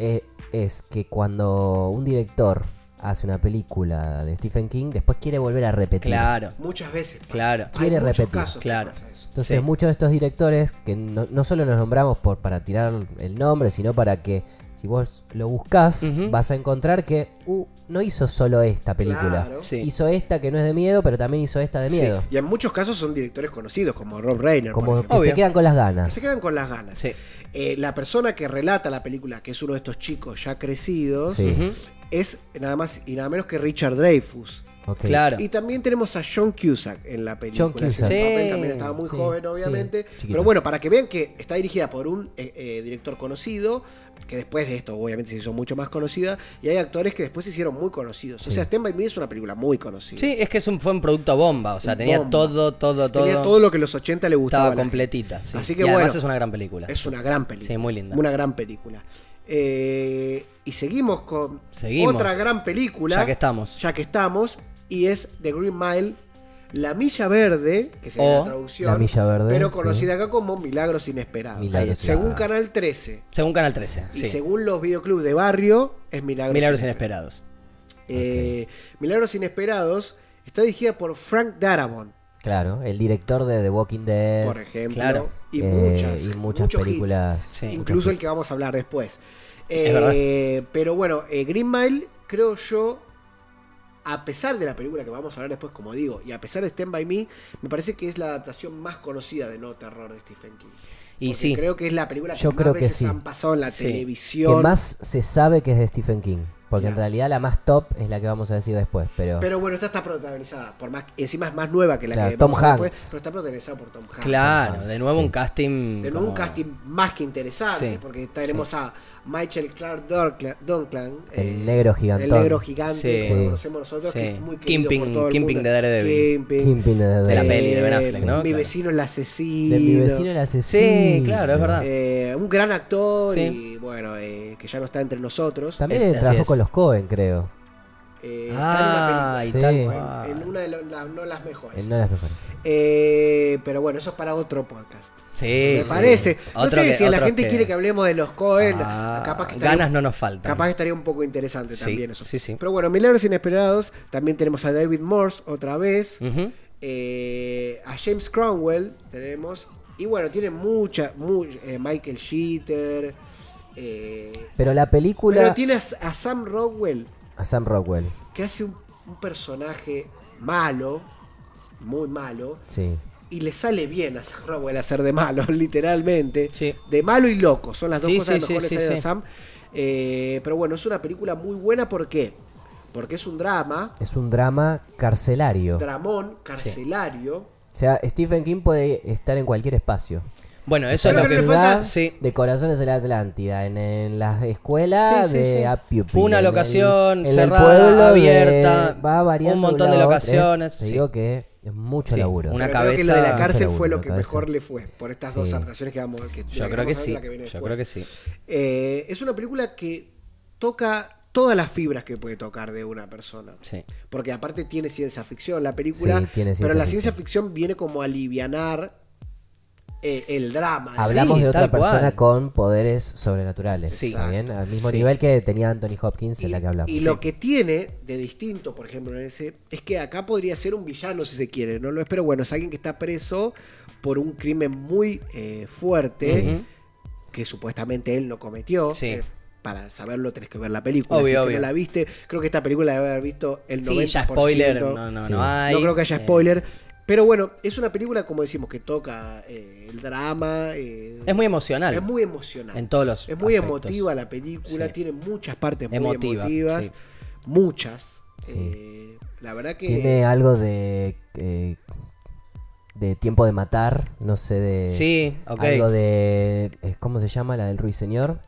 Eh, es que cuando un director hace una película de Stephen King, después quiere volver a repetir.
Claro,
Muchas veces. pasa.
claro.
Hay
Quiere
muchos
repetir,
casos que
claro.
pasa eso.
Entonces
Sí.
muchos de estos directores que no, no solo los nombramos por para tirar el nombre, sino para que si vos lo buscás
Ujú.
vas a encontrar que uh, no hizo solo esta película.
Claro.
Sí.
Hizo esta que no es de miedo, pero también hizo esta de
Sí.
miedo.
Y en muchos casos son directores conocidos, como Rob Reiner. por
Como
ejemplo,
que
Obvio.
se quedan con las
que
ganas.
se quedan con las ganas.
Sí.
Eh, la persona que relata la película, que es uno de estos chicos ya crecidos,
Sí.
Ujú.
es nada más y nada menos que Richard Dreyfus.
Ok.
Claro.
Y también tenemos a John Cusack en la película.
John Cusack.
que en su
Sí.
papel también estaba muy
Sí,
joven,
sí,
obviamente.
chiquito.
pero bueno, para que vean que está dirigida por un eh, eh, director conocido, que después de esto obviamente se hizo mucho más conocida, y hay actores que después se hicieron muy conocidos. O sea, Stand By Me es una película muy conocida.
Sí, es que es un, fue un producto bomba. O sea, tenía
Bomba.
todo, todo, todo.
Tenía todo lo que los 80 le gustaba.
estaba
a la gente.
completita. sí.
Así que
y además
bueno,
es una gran película.
Es una gran película.
Sí, muy linda.
Una gran película. Eh, y seguimos con
Seguimos.
otra gran película.
Ya que estamos.
Ya que estamos. Y es The Green Mile. La Milla Verde, que sería
O
la traducción.
La Milla Verde,
Pero
sí.
conocida acá como Milagros Inesperados.
Milagros
Ahí está.
Según
Inesperados.
Canal 13.
Según Canal 13.
Y
sí.
según los videoclubs de barrio, es Milagros,
Milagros
Inesperados.
Inesperados.
Eh, Milagros Inesperados está dirigida por Frank Darabont,
Claro, el director de The Walking Dead.
por ejemplo.
claro.
Y
eh,
muchas.
y muchas
muchos hits.
películas.
Sí.
muchos
incluso el
hits.
que vamos a hablar después.
Es
Eh,
verdad.
pero bueno, eh, Green Mile, creo yo, a pesar de la película que vamos a hablar después, como digo, y a pesar de Stand By Me, me parece que es la adaptación más conocida de No Terror de Stephen King.
Y
Porque
sí.
Creo que es la película que
Yo
más
creo que
veces
sí.
han pasado en la
Sí.
televisión.
que más se sabe que es de Stephen King. Porque en
Claro.
realidad la más top es la que vamos a decir después. Pero,
Pero bueno, esta está protagonizada, por más encima es más nueva que la
Claro,
que
Tom
vamos a ver
Hanks.
pero está protagonizada por Tom Hanks.
Claro, de nuevo un
Sí.
casting.
Tenemos
como-
un casting más que interesante,
Sí,
porque tenemos a Michael Clark Dunkla- Duncan,
El
eh,
negro gigantón.
El negro gigante,
Sí.
como lo conocemos nosotros,
Sí.
que es muy querido
Kingpin-
por todo el
Kingpin
mundo.
de Daredevil.
Kingpin,
Kingpin de,
de la
de-
peli de Ben
eh,
Affleck, ¿no?
Mi
Claro.
vecino el asesino.
de mi vecino el asesino.
Sí, claro, es verdad.
Eh, un gran actor
Sí.
y bueno, eh, que ya no está entre nosotros.
También
Es- así
trabajó
es.
con los Cohen, creo.
Eh,
Ah,
está
y
Sí.
tal
en una película,
cual.
en, en una de lo- la- no las mejores.
Él no las mejores.
Eh, pero bueno, eso es para otro podcast.
Sí,
Me
sí.
parece. No
Otro
sé
que-
si la
otro
gente quiere que hablemos de los Cohen.
Ah,
capaz que estaría-
ganas no nos faltan.
Capaz que estaría un poco interesante
Sí,
también eso.
sí, sí.
Pero bueno, Milagros Inesperados. También tenemos a David Morse otra vez.
Ujú.
eh, a James Cromwell tenemos. Y bueno, tiene mucha. mu- eh, Michael Sheeter. eh,
Pero la película.
pero tiene a, a Sam Rockwell,
A Sam Rockwell.
que hace un, un personaje malo. Muy malo.
Sí.
Y le sale bien a Sam Rockwell hacer de malo, literalmente.
Sí.
De malo y loco. Son las dos
Sí,
cosas
sí, sí,
mejores
sí,
de
sí.
Sam. Eh, pero bueno, es una película muy buena. ¿Por qué? Porque es un drama,
Es un drama carcelario.
dramón, carcelario.
o sea, Stephen King puede estar en cualquier espacio.
Bueno, eso es
Pero
lo
en
no
que.
le
la
falta-
ciudad,
Sí.
de Corazones de la Atlántida, en, en las escuelas
Sí, sí,
de
sí.
Apiupi,
Una
en el-
locación
en el
cerrada,
pueblo de-
abierta,
va variando
un montón
de
de
un lado a otro. Es-
locaciones,
te
sí.
digo que es mucho
Sí,
laburo.
una-
Pero creo que la de
cabeza-
la cárcel
Mucho
fue
laburo,
lo que
una cabeza.
mejor le fue por estas dos
Sí.
adaptaciones que vamos que, de
Yo
la
creo que
vamos a ver,
sí.
la viene
Yo
después.
creo que sí.
Eh, es una película que toca todas las fibras que puede tocar de una persona.
Sí.
Porque aparte tiene ciencia ficción la película,
Sí, tiene
pero
ciencia
la
ficción.
ciencia ficción viene como a alivianar eh, el drama. ¿sí?
Hablamos
Sí,
de otra
tal cual.
persona con poderes sobrenaturales.
Sí.
¿está bien? Al mismo
Sí.
nivel que tenía Anthony Hopkins
Y-
en la que hablamos.
Y
Sí.
lo que tiene de distinto, por ejemplo, en ese, es que acá podría ser un villano si se quiere, no lo espero. Bueno, es alguien que está preso por un crimen muy eh, fuerte
Ujú.
que supuestamente él no cometió.
Sí.
Eh, para saberlo tenés que ver la película.
Obvio,
si es que
obvio.
no la viste, creo que esta película debe haber visto el 90%.
Sí, ya spoiler, no, no,
Sí.
no hay.
No creo que haya
Eh,
spoiler. Pero bueno, es una película, como decimos, que toca eh, el drama. eh,
es muy emocional.
es muy emocional.
En todos los.
es muy
aspectos.
emotiva la película,
Sí.
tiene muchas partes muy
Emotiva,
emotivas.
sí.
Muchas.
Sí.
Eh, la verdad que.
Tiene algo de. eh, de tiempo de matar, no sé, de.
Sí, ok.
Algo de. eh, ¿Cómo se llama? La del Ruiseñor.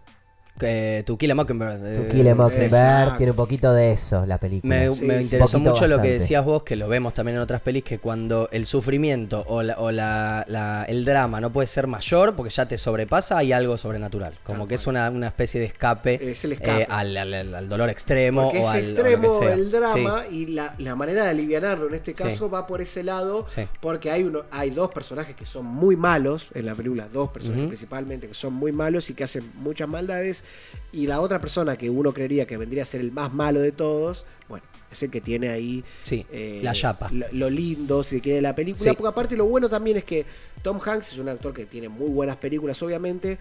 Eh, to Kill a Mockingbird. eh,
To Kill a Mockingbird.
exacto.
Tiene un poquito de eso la película.
Me,
Sí,
me
sí.
interesó
Poquito,
mucho lo que
bastante.
decías vos, que lo vemos también en otras pelis, que cuando el sufrimiento o, la- o la- la- el drama no puede ser mayor porque ya te sobrepasa, hay algo sobrenatural. Como
Tal
que es
cual.
una, una especie de escape, eh,
Es el escape.
al, al- al dolor extremo
Porque
o
es
al o lo que
extremo
sea.
el
Sí.
drama y la, la manera de aliviarlo en este
Sí.
caso va por ese lado
Sí.
porque hay uno hay dos personajes que son muy malos en la película, dos personajes
Ujú.
principalmente que son muy malos y que hacen muchas maldades y la otra persona que uno creería que vendría a ser el más malo de todos, bueno, es el que tiene ahí
Sí,
eh,
la chapa.
Lo, lo lindo, si se quiere, de la película.
Sí.
Porque aparte lo bueno también es que Tom Hanks es un actor que tiene muy buenas películas, obviamente.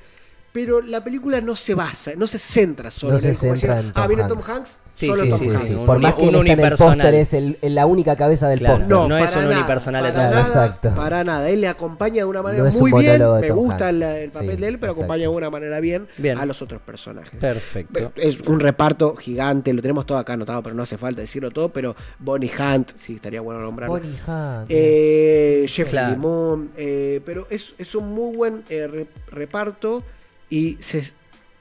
Pero la película no se basa, no se centra solo
No
en
se
él, como
centra
decían,
en Tom
ah, viene
Hanks".
Tom Hanks,
Sí,
solo
sí,
Tom
sí,
Hanks.
sí.
Por
Un-
más que
un
él está en el
unipersonal.
póster, es el- en la única cabeza del
Claro.
póster.
No, es
para
un
nada,
unipersonal de
para
Tom
nada,
Hanks. Exacto.
Para nada, él le acompaña de una manera
No es un
muy bien.
monólogo de
Me
Tom
gusta el,
Hanks.
el papel
Sí,
de él, pero
exacto.
acompaña de una manera bien,
Bien.
a los otros personajes. Eh,
Perfecto.
Es un reparto gigante, lo tenemos todo acá anotado, pero no hace falta decirlo todo. Pero Bonnie Hunt, sí, estaría bueno nombrarlo.
Bonnie Hunt.
Eh, Jeff
Claro.
Limón, eh, pero es, es un muy buen eh, re- reparto y se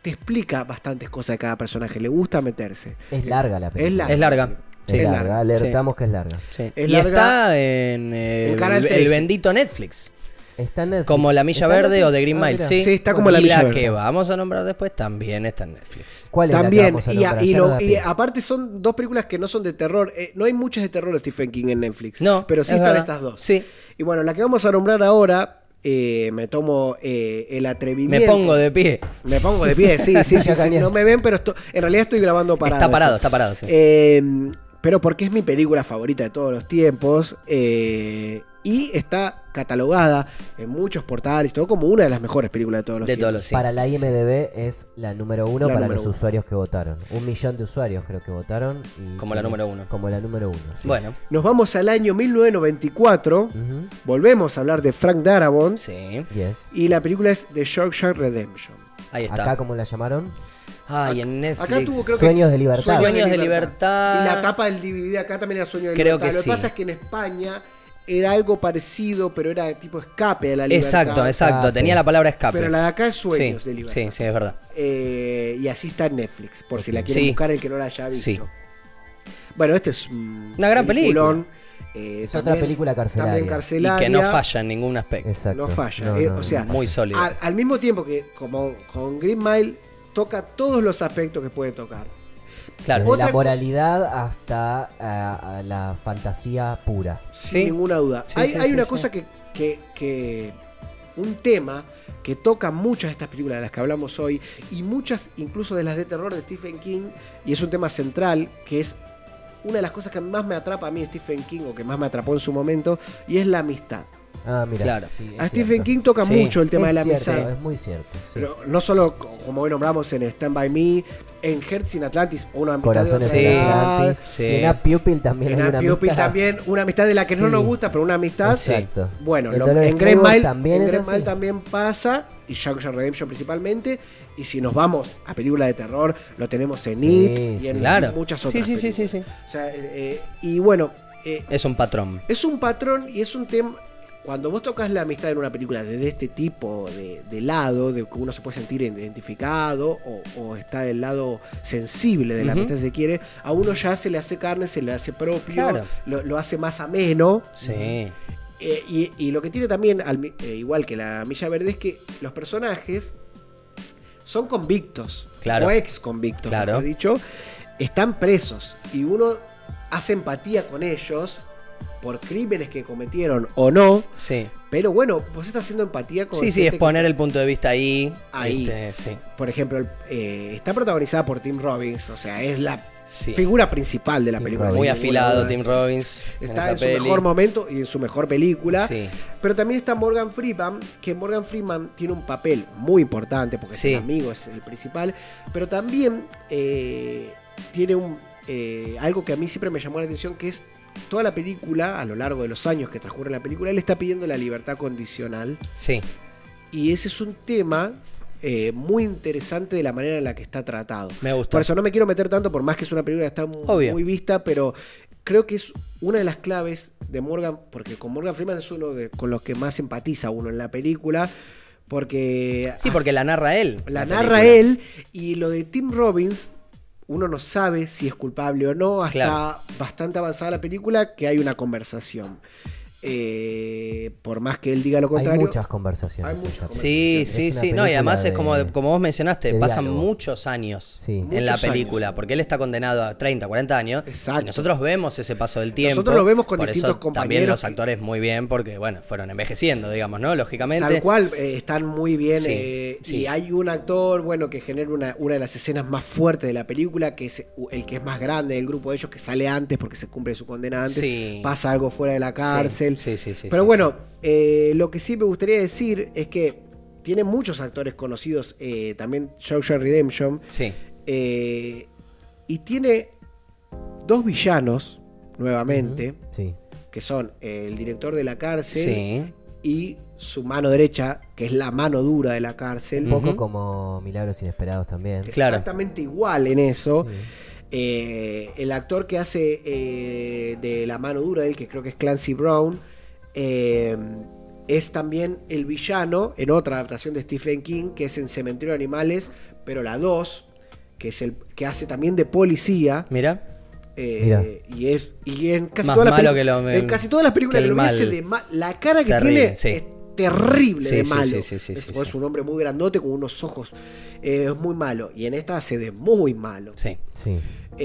te explica bastantes cosas de cada personaje. Le gusta meterse.
es larga la película.
Es larga.
Es larga.
Es
Sí.
Es
larga,
larga,
alertamos que es larga.
Sí.
Es
y
larga.
está en eh,
En
el,
Canal
el
13.
bendito Netflix.
Está en Netflix.
Como La Milla
¿Está en
Verde o
Netflix?
The Green
Ah,
Mile.
mira.
sí.
Sí, está como La
Y
Milla
la
Verde.
que vamos a nombrar después también está en Netflix.
¿Cuál es la que
También,
vamos a
y, a-
nombrar?
y
Ya
lo-
no la
y
tengo.
aparte son dos películas que no son de terror. Eh, no hay muchas de terror de Stephen King en Netflix.
No,
pero sí
es
están
verdad.
estas dos.
Sí.
Y bueno, la que vamos a nombrar ahora, eh, me tomo eh, el
Me
atrevimiento.
pongo de pie.
Me pongo de pie, sí, sí, sí,
Ya
sí,
cañas.
No me ven, pero esto- en realidad estoy grabando parado.
Está parado,
esto.
está parado, sí.
Eh, pero porque es mi película favorita de todos los tiempos. eh, y está catalogada en muchos portales, y todo como una de las mejores películas de todos los
de todos
tiempos.
los sí.
Para la IMDB es la número uno
La
para
número
los
uno.
usuarios que votaron. Un millón de usuarios creo que votaron. y-
Como la número uno.
Como la número uno. sí.
Bueno,
Nos vamos al año 1994.
Ujú,
Volvemos a hablar de Frank Darabont.
sí.
yes.
Y la película es The Shawshank Redemption.
Ahí está.
Acá, como la llamaron?
Ay, en Netflix.
Acá tuvo, creo que.
Sueños de libertad.
Sueños de libertad.
Y la tapa del DVD acá también era Sueños de
Creo
libertad.
que
Lo
sí.
que pasa es que en España era algo parecido, pero era tipo escape de la libertad.
Exacto, exacto.
Escape.
Tenía la palabra escape.
Pero la de acá es Sueños
sí,
de libertad.
sí, sí, es verdad.
Eh, y así está en Netflix, por si la quieren
Sí.
buscar el que no la haya visto.
Sí.
Bueno, este es un
Una gran
peliculón. Eh,
Es otra película carcelaria.
También
Y
carcelaria.
que no falla en ningún aspecto.
Exacto.
No falla.
No,
eh,
no,
o
no.
sea,
Muy sólido.
al, al mismo tiempo que como con Green Mile toca todos los aspectos que puede tocar.
Claro.
Desde
Otra-
la moralidad hasta ah, a la fantasía pura.
Sin
Sí.
ninguna duda.
Sí,
hay
sí,
hay
sí,
una
sí.
cosa que, que, que- un tema que toca muchas de estas películas de las que hablamos hoy y muchas incluso de las de terror de Stephen King y es un tema central que es una de las cosas que más me atrapa a mí Stephen King o que más me atrapó en su momento y es la amistad.
Ah, mira.
Claro.
sí, es
A
cierto.
Stephen King toca
Sí.
mucho el tema
Es
de la
cierto,
amistad.
Es muy cierto. sí.
Pero no solo co- como hoy nombramos en Stand By Me, en Hertz in Atlantis, una amistad
Corazones
Sí.
de
de
otra
Atlantis.
edad,
sí.
Y en A Pupil también
en
hay una
Happy Hopping
amistad.
también, una amistad de la que no
Sí.
nos gusta, pero una amistad.
Exacto.
Bueno,
El
lo-
dolor
en
de
Green
Skywalker
Mile
también
también,
es
Green
así.
Mile también pasa y Shawshank Redemption principalmente. Y si nos vamos a película de terror, lo tenemos en
Sí,
It y en
Claro.
muchas
Sí,
otras.
sí, sí, sí,
películas. O sea, eh, eh, y bueno, eh,
Es un patrón.
es un patrón y es un tema. Cuando vos tocas la amistad en una película de de este tipo de, de lado, de que uno se puede sentir identificado o, o está del lado sensible de la
Ujú.
amistad, si se quiere, a uno ya se le hace carne, se le hace propio,
Claro.
lo, lo hace más ameno.
Sí.
Eh, y, y lo que tiene también, al mi- eh, igual que la Milla Verde, es que los personajes son convictos.
Claro.
O ex convictos,
Claro.
mejor dicho. Están presos. Y uno hace empatía con ellos por crímenes que cometieron o no.
Sí.
Pero bueno, vos estás haciendo empatía con.
Sí, sí, es
gente que-
poner el punto de vista ahí.
Ahí.
este, sí.
Por ejemplo, el- eh, está protagonizada por Tim Robbins. O sea, es la
Sí.
figura principal de la
Tim
película.
Robbins.
Muy
sin ninguna
afilado
duda.
Tim Robbins.
Está en,
esa
su
peli.
mejor momento y en su mejor película.
Sí.
Pero también está Morgan Freeman, que Morgan Freeman tiene un papel muy importante, porque
Sí.
es un amigo, es el principal, pero también eh, tiene un, eh, algo que a mí siempre me llamó la atención, que es toda la película, a lo largo de los años que transcurre la película, él está pidiendo la libertad condicional,
Sí.
y ese es un tema eh, muy interesante de la manera en la que está tratado.
Me gusta.
Por eso no me quiero meter tanto, por más que es una película que está mu- muy,
Obvio.
vista, pero creo que es una de las claves de Morgan, porque con Morgan Freeman es uno de, con los que más empatiza uno en la película, porque
Sí, porque la narra él.
la narra
película.
él y lo de Tim Robbins, uno no sabe si es culpable o no, hasta
Claro.
bastante avanzada la película que hay una conversación. Eh, por más que él diga lo
Hay
contrario.
muchas conversaciones.
Hay muchas
esta
Sí,
película.
sí,
Es
sí.
una
No, y
película
además es
de-
como, como vos mencionaste,
de
pasan
diálogo.
muchos años
Sí.
en la
Muchos
película,
años.
porque él está condenado a 30, 40 años.
Exacto.
Y nosotros vemos ese paso del tiempo.
Nosotros lo vemos con
por
distintos
eso También
compañeros
los
que-
actores muy bien, porque, bueno, fueron envejeciendo, digamos, ¿no? Lógicamente.
Tal cual, eh, están muy bien.
Sí,
eh,
sí.
Y hay un actor, bueno, que genera una, una de las escenas más fuertes de la película, que es el que es más grande del grupo de ellos, que sale antes porque se cumple su condena antes.
Sí.
Pasa algo fuera de la cárcel.
Sí, sí, sí,
Pero
sí,
bueno, eh, lo que sí me gustaría decir es que tiene muchos actores conocidos, eh, también Shawshank Redemption,
Sí.
eh, y tiene dos villanos, nuevamente,
Sí.
que son el director de la cárcel
Sí.
y su mano derecha, que es la mano dura de la
Un
cárcel.
poco
Ujú.
como Milagros Inesperados también.
que es
claro.
Exactamente igual en eso.
Sí.
Eh, el actor que hace eh, de la mano dura de él, que creo que es Clancy Brown, eh, es también el villano en otra adaptación de Stephen King, que es en Cementerio de Animales, pero la 2, que es el que hace también de policía.
Mira.
Eh,
Mirá.
Y es y en casi
Más
todas las
malo
pelicu-
que lo-
en casi todas las películas
que el
que lo ves,
mal.
es de ma- la cara que
Terrible,
tiene
sí.
es terrible
Sí,
de
sí,
malo.
sí, sí, sí,
es,
sí,
es
sí.
un hombre muy grandote con unos ojos eh, es muy malo y en esta hace de muy malo.
Sí.
Sí.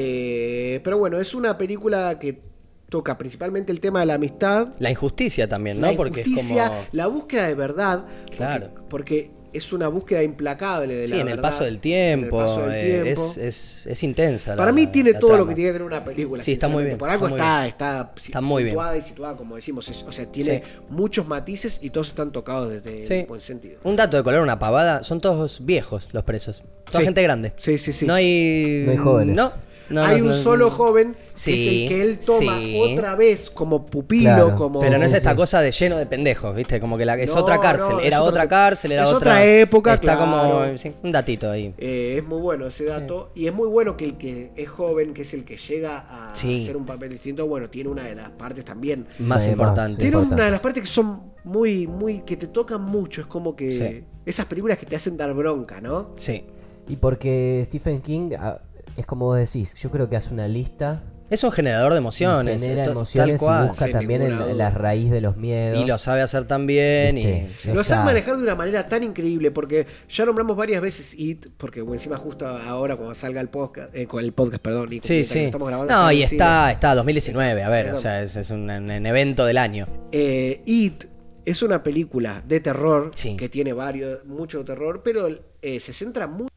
Eh, pero bueno, es una película que toca principalmente el tema de la amistad,
La injusticia también, ¿no?
la
porque es
injusticia,
como.
la búsqueda de verdad, porque-
Claro.
porque, es una búsqueda implacable de la
Sí, en el
verdad,
paso del
en el
tiempo.
paso del
eh,
tiempo.
Es, es, es intensa. la-
Para mí
la-
tiene
la
todo lo
trama.
que tiene que tener una película.
Sí, está muy bien,
sinceramente. Por algo
está muy
está, está,
Está muy bien.
situada y situada, como decimos. es- o sea, tiene
Sí.
muchos matices y todos están tocados desde
Sí.
el buen sentido.
Un dato de color, una pavada. Son todos viejos los presos. Toda
Sí.
gente grande.
Sí, sí, sí.
No hay.
No hay jóvenes.
No. no,
Hay
no,
un
no,
solo joven
Sí,
que es el que él toma
sí.
otra vez como pupilo,
Claro,
como.
Pero no es
Sí,
esta
sí.
cosa de lleno de pendejos, ¿viste? Como que la- es
No,
otra cárcel.
no, es
era
otra-
otra cárcel, era
es
otra.
otra época,
Está como.
claro.
sí, un datito ahí.
Eh, es muy bueno ese dato. Y es muy bueno que el que es joven, que es el que llega a
Sí.
hacer un papel distinto, bueno, tiene una de las partes también.
Más
Además,
importante.
sí.
Tiene
importante.
una de las partes que son muy, muy, que te tocan mucho. Es como que
Sí.
esas películas que te hacen dar bronca, ¿no?
Sí.
Y porque Stephen King ah, es como vos decís, yo creo que hace una lista
Es un generador de
y
emociones.
genera
to- tal
emociones
cual.
y busca
Sin
también
ninguna
el-
duda.
la raíz de los miedos.
Y lo sabe hacer también. Y,
Viste,
sí.
O
Lo
sea-
saben manejar de una manera tan increíble, porque ya nombramos varias veces It, porque bueno, encima justo ahora cuando salga el podcast, eh, con el podcast, perdón, y mientras
Sí,
que lo
sí.
estamos grabando,
No, y
en cine.
está, está 2019, a ver, o
Perdón.
sea, es, es un, un evento del año.
Eh, It es una película de terror
Sí.
que tiene varios, mucho terror, pero eh, se centra mucho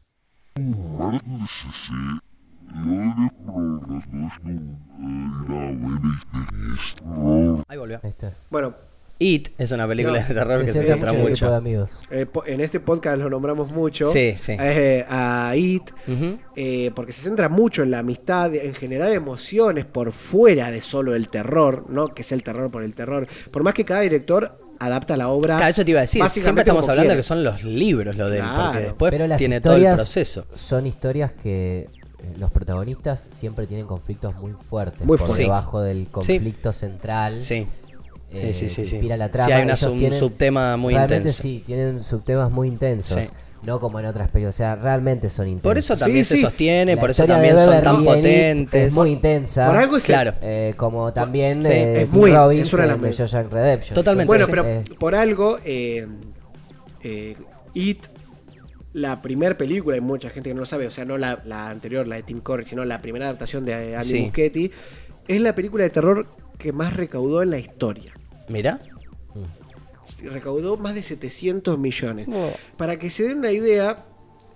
Ahí volvió.
Ahí está.
Bueno,
It es una película
No,
de terror que se
centra
centra
en el grupo de
mucho.
amigos.
eh, po- en este podcast lo nombramos mucho.
Sí, sí.
eh, a It.
Ujú.
eh, porque se centra mucho en la amistad, en generar emociones por fuera de solo el terror, ¿no? Que es el terror por el terror. Por más que cada director adapta la obra.
Claro, eso te iba a decir.
básicamente
Siempre estamos
como
hablando
quiere.
que son los libros lo de él, porque
Claro.
después
Pero las
tiene todo el
historias
proceso.
Son historias que eh, los protagonistas siempre tienen conflictos muy fuertes.
Muy
por
fuertes.
debajo del conflicto central.
Sí.
eh,
Sí, sí, sí,
que
sí.
inspira la
Sí,
trama.
hay una
Ellos
sub- un
tienen-
subtema muy
realmente
intenso.
sí, tienen subtemas muy intensos.
Sí.
No como en otras películas. O sea, realmente son intensos.
Por eso también
Sí, sí.
se sostiene,
La
por eso
historia de
también son
Beverly
tan
en It
potentes.
Es muy intensa.
Por algo es el-
Claro.
Eh, como también
Sí,
eh,
es
Tim
muy-
Robbins
es una de las
en The
mejores.
Shawshank Redemption.
Totalmente,
Bueno,
sí.
pero
eh,
por algo, eh, eh, It, la primera película, hay mucha gente que no lo sabe, o sea, no la, la anterior, la de Tim Curry, sino la primera adaptación de Andy
Sí.
Muschietti, es la película de terror que más recaudó en la historia.
Mirá.
Recaudó más de 700 millones. Para que se den una idea,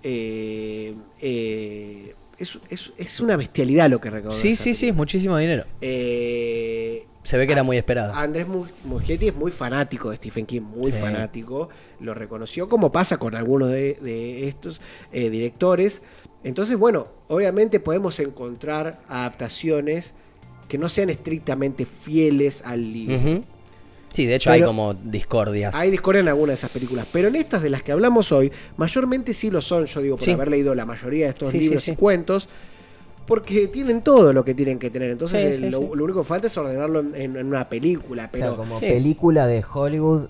eh, eh, es, es- es una bestialidad lo que recaudó.
Sí,
esa
sí, sí, es
película.
muchísimo dinero.
Eh,
Se ve que era
Ah,
muy esperado.
Andrés Mu- Muschietti es muy fanático de Stephen King, muy
Sí.
fanático. Lo reconoció, como pasa con algunos de, de estos eh, directores. Entonces, bueno, obviamente podemos encontrar adaptaciones que no sean estrictamente fieles al libro.
Ujú. Sí, de hecho hay
Pero-
como discordias.
Hay discordia en algunas de esas películas, pero en estas de las que hablamos hoy, mayormente sí lo son, yo digo, por
Sí.
haber leído la mayoría de estos
Sí, sí,
libros
sí.
y cuentos, porque tienen todo lo que tienen que tener. Entonces,
Sí,
eh,
sí,
lo,
sí.
lo único que falta es ordenarlo en, en- en una película,
o sea,
pero...
como
Sí.
película de Hollywood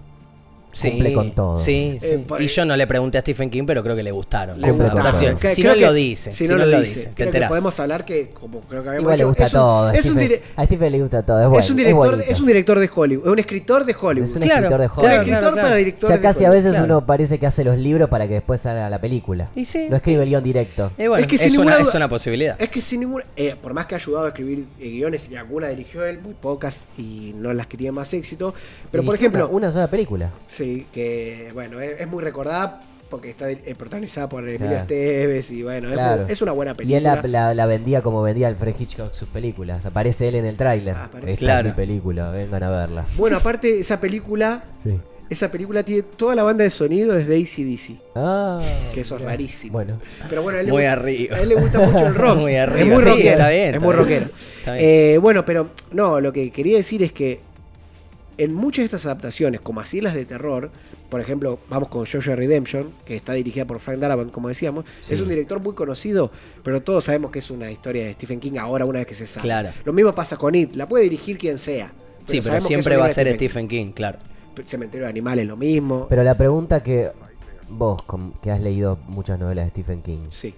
Sí,
cumple con todo.
Sí, sí.
Eh, pa-
y yo no le pregunté a Stephen King, pero creo que le gustaron
Le
las
gusta.
adaptaciones.
Creo-
Si
creo
no
que-
lo dice, si no lo dice, te
creo que
enterás.
podemos hablar que, como creo que habíamos
Igual le
dicho,
gusta
es un-
todo.
Es un,
Stephen-
dire-
a Stephen le gusta todo. Es,
es un director, es un director de Hollywood, es un escritor de Hollywood.
Es un
Claro,
escritor de
claro,
Hollywood.
un escritor
claro.
para director
ya
de
casi a
Hollywood.
veces
claro.
uno parece que hace los libros para que después salga la película.
Y sí.
No escribe el guión directo.
Eh, bueno,
Es que
es,
sin
una,
ninguna duda-
es una posibilidad.
Es que sin ningún. eh, por más que ha ayudado a escribir eh, guiones y alguna dirigió él, muy pocas y no las que tienen más éxito. Pero
Y
por ejemplo,
Una, una sola película.
sí, que bueno, es, es muy recordada porque está eh, protagonizada por Emilio
Claro.
Esteves y bueno, es,
Claro.
muy- es una buena
Y él
película.
la, la- la vendía como vendía Alfred Hitchcock sus películas. Aparece él en el tráiler.
Ah, Aparece.
Esta
Claro.
es mi película, vengan a verla.
Bueno, aparte, esa película.
Sí.
Esa película tiene toda la banda de sonido desde ACDC.
Ah,
Que eso es
mirá.
rarísimo.
Bueno,
Pero bueno, a él, le,
Muy
gusta-
arriba.
a él le gusta mucho el rock.
Muy arriba,
Es muy
sí,
rockero.
está bien,
es
está
muy
bien.
rockero.
Está bien.
Eh, bueno, pero no, lo que quería decir es que en muchas de estas adaptaciones, como así las de terror, por ejemplo, vamos con Jojo Redemption, que está dirigida por Frank Darabont, como decíamos,
Sí.
es un director muy conocido, pero todos sabemos que es una historia de Stephen King ahora una vez que se sabe.
Claro.
Lo mismo pasa con It, la puede dirigir quien sea.
sí, pero
sabemos que es
siempre
un
va
libro
a
de
ser Stephen King, claro.
King. Cementerio de Animales, lo mismo.
pero la pregunta que vos, com- que has leído muchas novelas de Stephen King,
sí.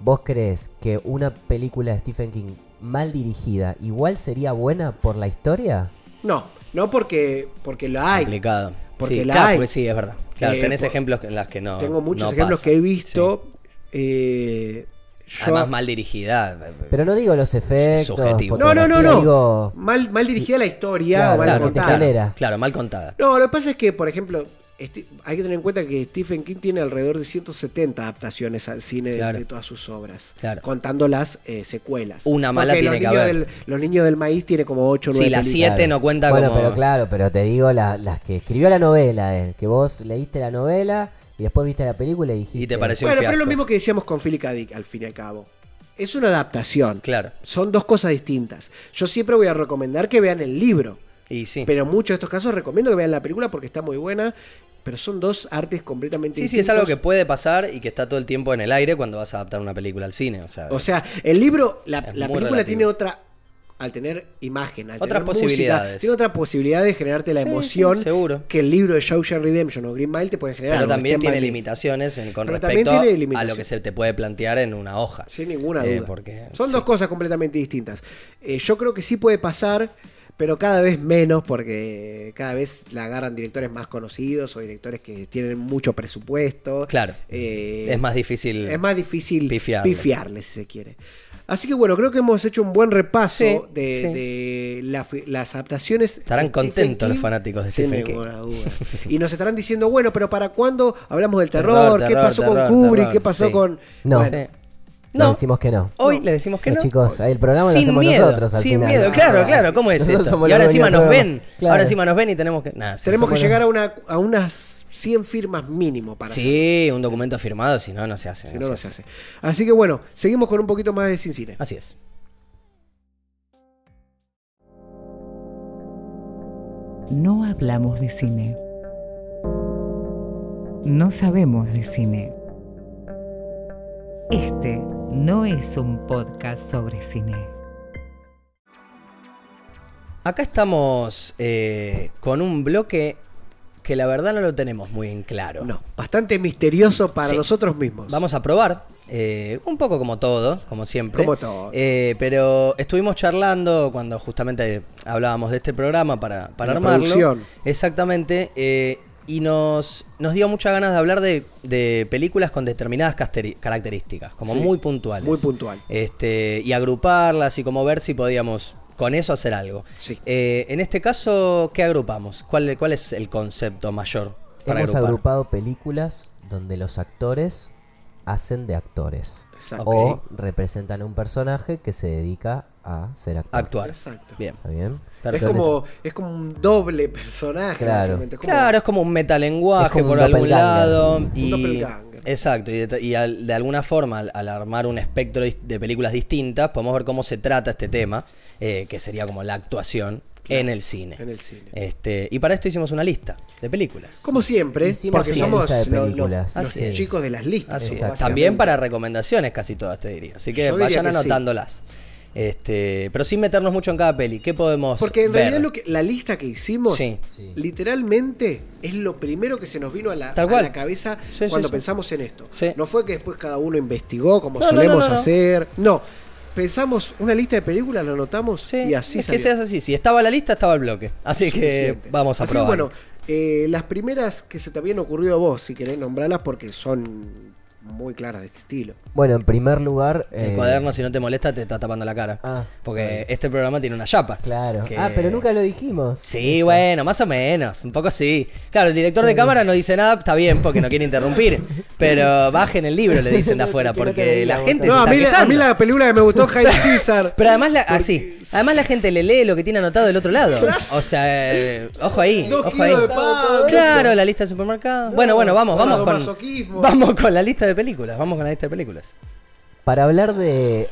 ¿vos crees que una película de Stephen King mal dirigida igual sería buena por la historia?
No, no porque, porque la hay.
Complicado.
Porque
sí,
la
claro,
hay.
porque sí, es verdad. Claro,
Eh,
tenés
por-
ejemplos en las que no.
Tengo muchos
no
ejemplos
pasa.
que he visto. eh,
Sí.
yo-
Además, mal dirigida.
Pero no digo los efectos.
subjetivo.
no, no, no,
fotografía,
no.
digo-
mal, mal dirigida la historia
Claro,
o mal
claro,
claro,
que te
contada.
genera.
claro, claro, mal contada.
No, lo que pasa es que, por ejemplo, Sti- hay que tener en cuenta que Stephen King tiene alrededor de 170 adaptaciones al cine de-
Claro.
de, todas sus obras,
Claro.
contando las eh, secuelas.
Una mala
Porque
tiene que
los niños
haber.
Del, los niños del maíz tiene como 8 o 9
Sí, las
películas.
7 no cuenta
bueno,
como.
pero claro, pero te digo la- las que escribió la novela, él, que vos leíste la novela y después viste la película y dijiste...
Y te pareció un
Bueno, pero es lo
fiasco.
mismo que decíamos con Philip K. Dick, al fin y al cabo. Es una adaptación.
Claro.
Son dos cosas distintas. Yo siempre voy a recomendar que vean el libro.
Y sí.
Pero en muchos de estos casos recomiendo que vean la película porque está muy buena. Pero son dos artes completamente
Sí, sí,
distintas.
es algo que puede pasar y que está todo el tiempo en el aire cuando vas a adaptar una película al cine. O sea,
O sea, el libro, la,
Es
la
muy
película
relativo.
tiene otra. Al tener imagen, al
Otras
tener música,
posibilidades.
tiene otra posibilidad de generarte la
Sí,
emoción
sí, seguro.
que el libro de Shawshank Redemption o Green Mile te puede generar.
pero
o
también
Stand
tiene
By Me.
limitaciones en- con
Pero también
respecto
tiene
a
limitaciones.
lo que se te puede plantear en una hoja.
Sin ninguna
Eh,
duda.
porque-
Son
sí.
dos cosas completamente distintas. Eh, yo creo que sí puede pasar, pero cada vez menos, porque cada vez la agarran directores más conocidos o directores que tienen mucho presupuesto.
Claro.
Eh,
es más difícil.
es más difícil
Pifiarle.
pifiarle. si se quiere. Así que bueno, creo que hemos hecho un buen repaso
Sí,
de,
sí.
de la fi- las adaptaciones.
Estarán
de Stephen
contentos los
King,
fanáticos de
sin
Stephen King.
ninguna duda. Y nos estarán diciendo, bueno, pero ¿para cuándo hablamos del terror?
Terror,
¿Qué
terror,
pasó
terror,
con Kubrick?
terror,
¿Qué pasó
sí.
con...?
No.
Bueno,
Sí.
No.
No,
decimos que no.
hoy le decimos que
Los
no.
chicos, el programa lo
sin
hacemos
miedo,
nosotros al
Sin
final.
miedo, claro, claro. ¿Cómo es
Nosotros
esto?
somos
Y
los
ahora
dueños
encima
del
nos
programa.
ven.
Claro.
Ahora encima nos ven y tenemos que. Nah, sí,
Tenemos que
Bueno.
llegar a, una, a unas 100 firmas mínimo para
Sí, un documento firmado, si no, no se hace.
si no, no se hace. Así que bueno, seguimos con un poquito más de Sin Cine.
Así es.
No hablamos de cine. No sabemos de cine. Este no es un podcast sobre cine.
Acá estamos eh, con un bloque que la verdad no lo tenemos muy en claro.
No, bastante misterioso para
Sí.
nosotros mismos.
Vamos a probar, eh, un poco como todo, como siempre.
Como todo.
Eh, pero estuvimos charlando cuando justamente hablábamos de este programa para, para
La
armarlo.
producción.
Exactamente. eh, y nos, nos dio muchas ganas de hablar de, de películas con determinadas casteri- características, como
Sí,
muy puntuales.
muy puntual.
Este, y agruparlas y como ver si podíamos con eso hacer algo.
Sí.
Eh, en este caso, ¿qué agrupamos? ¿Cuál, cuál es el concepto mayor para
Hemos
agrupar?
agrupado películas donde los actores hacen de actores.
Exacto.
O representan a un personaje que se dedica a ser actor.
Actuar.
Exacto.
Bien.
¿Está bien?
Es
Perfecto.
como, es como un doble personaje,
Claro.
básicamente. Es como-
Claro, es como un
Es
metalenguaje
como un
por algún
doppelganger.
lado. Y,
doppelganger.
exacto, y, de, y al- de alguna forma, al, al armar un espectro dis- de películas distintas, podemos ver cómo se trata este tema, eh, que sería como la actuación en el cine.
En el cine.
Este, y para esto hicimos una lista de películas.
Como siempre,
Hicimos
porque
una
somos
lista de
lo- lo- los
películas.
Así es.
chicos de las listas.
Así es.
Exacto.
También para recomendaciones casi todas, te diría. Así que
Yo diría
vayan
que sí.
anotándolas. Este, pero sin meternos mucho en cada peli. ¿Qué podemos
Porque en
ver?
realidad lo que, la lista que hicimos,
Sí.
Sí.
literalmente, es lo primero que se nos vino a la,
Tal
a
cual.
la cabeza
Sí, sí,
cuando
sí.
pensamos en esto.
Sí.
No fue que después cada uno investigó, como
No, no,
solemos
no, no, no.
hacer. No, pensamos una lista de películas, la anotamos
Sí,
y así
es
salió.
que seas así. Si estaba la lista, estaba el bloque. Así que
Suficiente.
vamos a
Así,
probar.
Bueno, eh, las primeras que se te habían ocurrido a vos, si querés nombrarlas, porque son muy claras de este estilo.
Bueno, en primer lugar.
El
eh,
cuaderno, si no te molesta, te está tapando la cara.
Ah,
Porque
sorry.
este programa tiene una chapa.
Claro.
Que-
Ah, pero nunca lo dijimos.
Sí,
Eso.
bueno, más o menos, un poco sí. Claro, el director de cámara no dice nada, está bien, porque no quiere interrumpir. pero bajen el libro, le dicen de afuera,
Que no te
porque la
veíamos,
gente
¿no?
No,
se
a
está
mí, la, a
quejando.
mí la película que me gustó Jaime César.
Pero además, la, así, además la gente le lee lo que tiene anotado del otro lado. O sea, eh, ojo ahí,
Dos
ojo ahí.
kilos de pan.
Claro, la lista de supermercado. bueno, bueno, vamos, vamos
sadomasoquismo.
con, vamos con la lista de películas. Vamos con la lista de películas.
Para hablar de.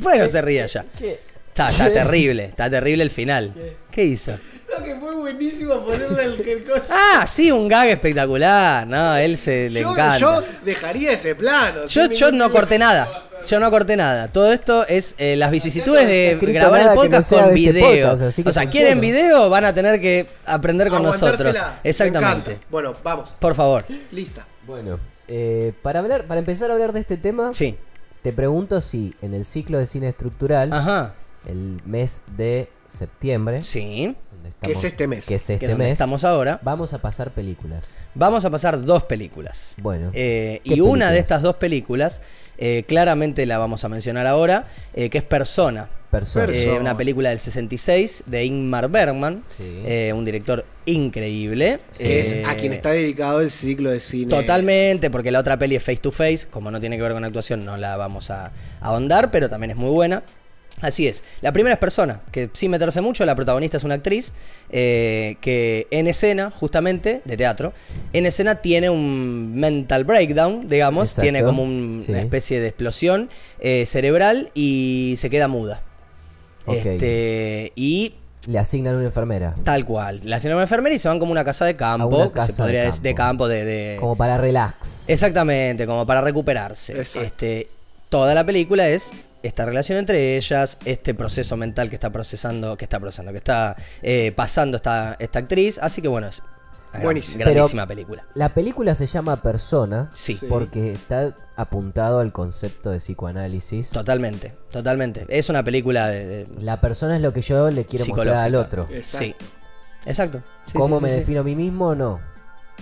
Bueno, se ríe ya.
¿Qué?
Está, está terrible, está terrible el final. ¿Qué hizo?
No, que fue buenísimo ponerle el, el coso.
Ah, sí, un gag espectacular. No, él se le
yo,
encanta.
yo
Yo,
dejaría ese plano.
yo,
sin ningún
no
tipo-
corté nada. Yo no corté nada. Todo esto es eh, las vicisitudes de
escrito
grabar el
nada que no
podcast
sea
con
de este
video.
podcast, así que
o sea,
funciona.
quieren video, van a tener que aprender con
Aguantársela.
nosotros.
Me
Exactamente.
encanta. Bueno, vamos.
Por favor.
Lista.
Bueno, eh, para, hablar, para empezar a hablar de este tema,
Sí.
te pregunto si en el ciclo de cine estructural,
Ajá.
el mes de septiembre,
Ah. Sí.
donde
Que es este mes.
que ¿Eh? es
Que
este
es donde
mes,
estamos ahora.
vamos a pasar películas.
Vamos a pasar dos películas.
Bueno,
Eh, y
¿qué
una de
películas?
estas dos películas, eh, claramente la vamos a mencionar ahora, eh, que es Persona.
personas.
Perso-
Eh,
Persona.
una película del 66 de Ingmar Bergman,
Sí.
eh, un director increíble.
Que es
Eh,
a quien está dedicado el ciclo de cine.
Totalmente, porque la otra peli es face to face, como no tiene que ver con actuación, no la vamos a a ahondar, pero también es muy buena. Así es. La primera es persona, que sin meterse mucho, la protagonista es una actriz eh, que en escena, justamente, de teatro, en escena tiene un mental breakdown, digamos,
Exacto.
tiene como un-
Sí.
una especie de explosión eh, cerebral y se queda muda.
Ok.
Este, y
eh, Le asignan una enfermera.
tal cual, la señora enfermera y se van como una casa de campo,
una
que se
casa de
podría decir, de
campo.
campo, de, de-
Como para relax.
Exactamente, como para recuperarse.
Exacto.
Este, toda la película es esta relación entre ellas, este proceso mental que está procesando, que está procesando, que está eh, pasando esta, esta actriz. Así que bueno, es una gran-
Buenísimo.
grandísima
Pero-
película.
La película se llama Persona
Sí,
Sí.
porque está apuntado al concepto de psicoanálisis.
totalmente, totalmente. Es una película de, de-
La persona es lo que yo le quiero
Psicológica.
mostrar al otro.
Exacto.
sí. Exacto. Sí,
¿Cómo
sí,
me
sí, sí.
defino a mí mismo? No.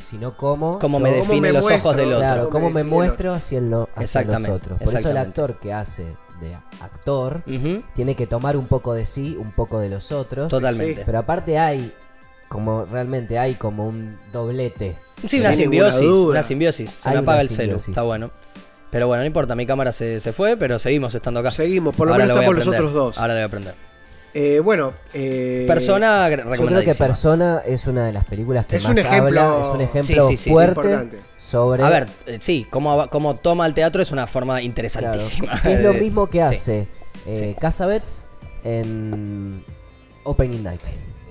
Sino cómo.
Cómo
yo-
me
¿Cómo
define
me
los
muestro?
ojos del otro.
Claro, cómo
define
me
el otro?
muestro hacia, el lo- hacia
Exactamente,
los otros. Por eso el
exactamente.
actor que hace de actor
Ujú,
tiene que tomar un poco de sí, un poco de los otros.
Totalmente.
Pero aparte hay, como realmente hay como un doblete.
Sí, una
Sin
simbiosis,
ninguna duda.
una simbiosis. Se
Hay
me
una
apaga el celu,
simbiosis.
está bueno. Pero bueno, no importa, mi cámara se, se fue, pero seguimos estando acá.
Seguimos, por lo
Ahora
menos
la voy a
estamos los
aprender,
otros dos.
Ahora la voy a aprender.
Eh, bueno, eh,
Persona
Yo creo
recomendadísima.
que Persona es una de las películas que
Es
más
un ejemplo-
habla, es un ejemplo
Sí, sí, sí,
fuerte
importante.
sobre
A ver, eh, sí, cómo, cómo toma el teatro es una forma
claro,
interesantísima.
que es lo
de-
mismo que
sí.
hace eh,
sí.
Cassavetes en Opening Night,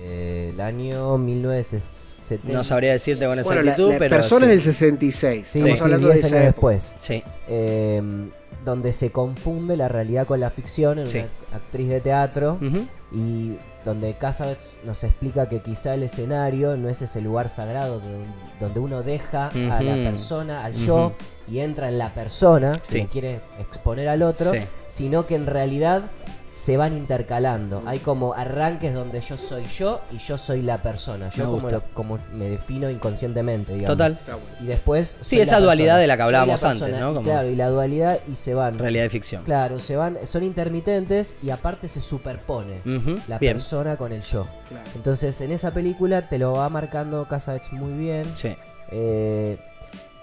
eh, el año 1960. 70.
No sabría decirte con
Bueno,
exactitud,
la, la
pero.
persona
sí.
es del 66.
Sí,
Estamos
sí,
hablando de
10
esa
años
época.
después.
Sí,
Eh, donde se confunde la realidad con la ficción en
Sí. Mm.
una actriz de teatro.
Ujú.
Y donde Casabeth nos explica que quizá el escenario no es ese lugar sagrado donde, donde uno deja a la
Ujú.
persona, al
Ujú.
yo, y entra en la persona
Sí.
que quiere exponer al otro,
Sí.
sino que en realidad se van intercalando. Hay como arranques donde yo soy yo y yo soy la persona. Yo
Me
como,
gusta.
lo- como me defino inconscientemente, digamos.
Total.
Está bueno.
Y después.
Sí,
soy
esa dualidad de la que
Soy
hablábamos
persona,
antes, ¿no?
y
Como-
Claro, y la dualidad y se van.
Realidad y ficción.
Claro, se van, son intermitentes y aparte se superpone
Ujú,
la
Mm, bien.
persona con el yo.
Claro.
Entonces en esa película te lo va marcando Casabets muy bien.
Sí.
Eh,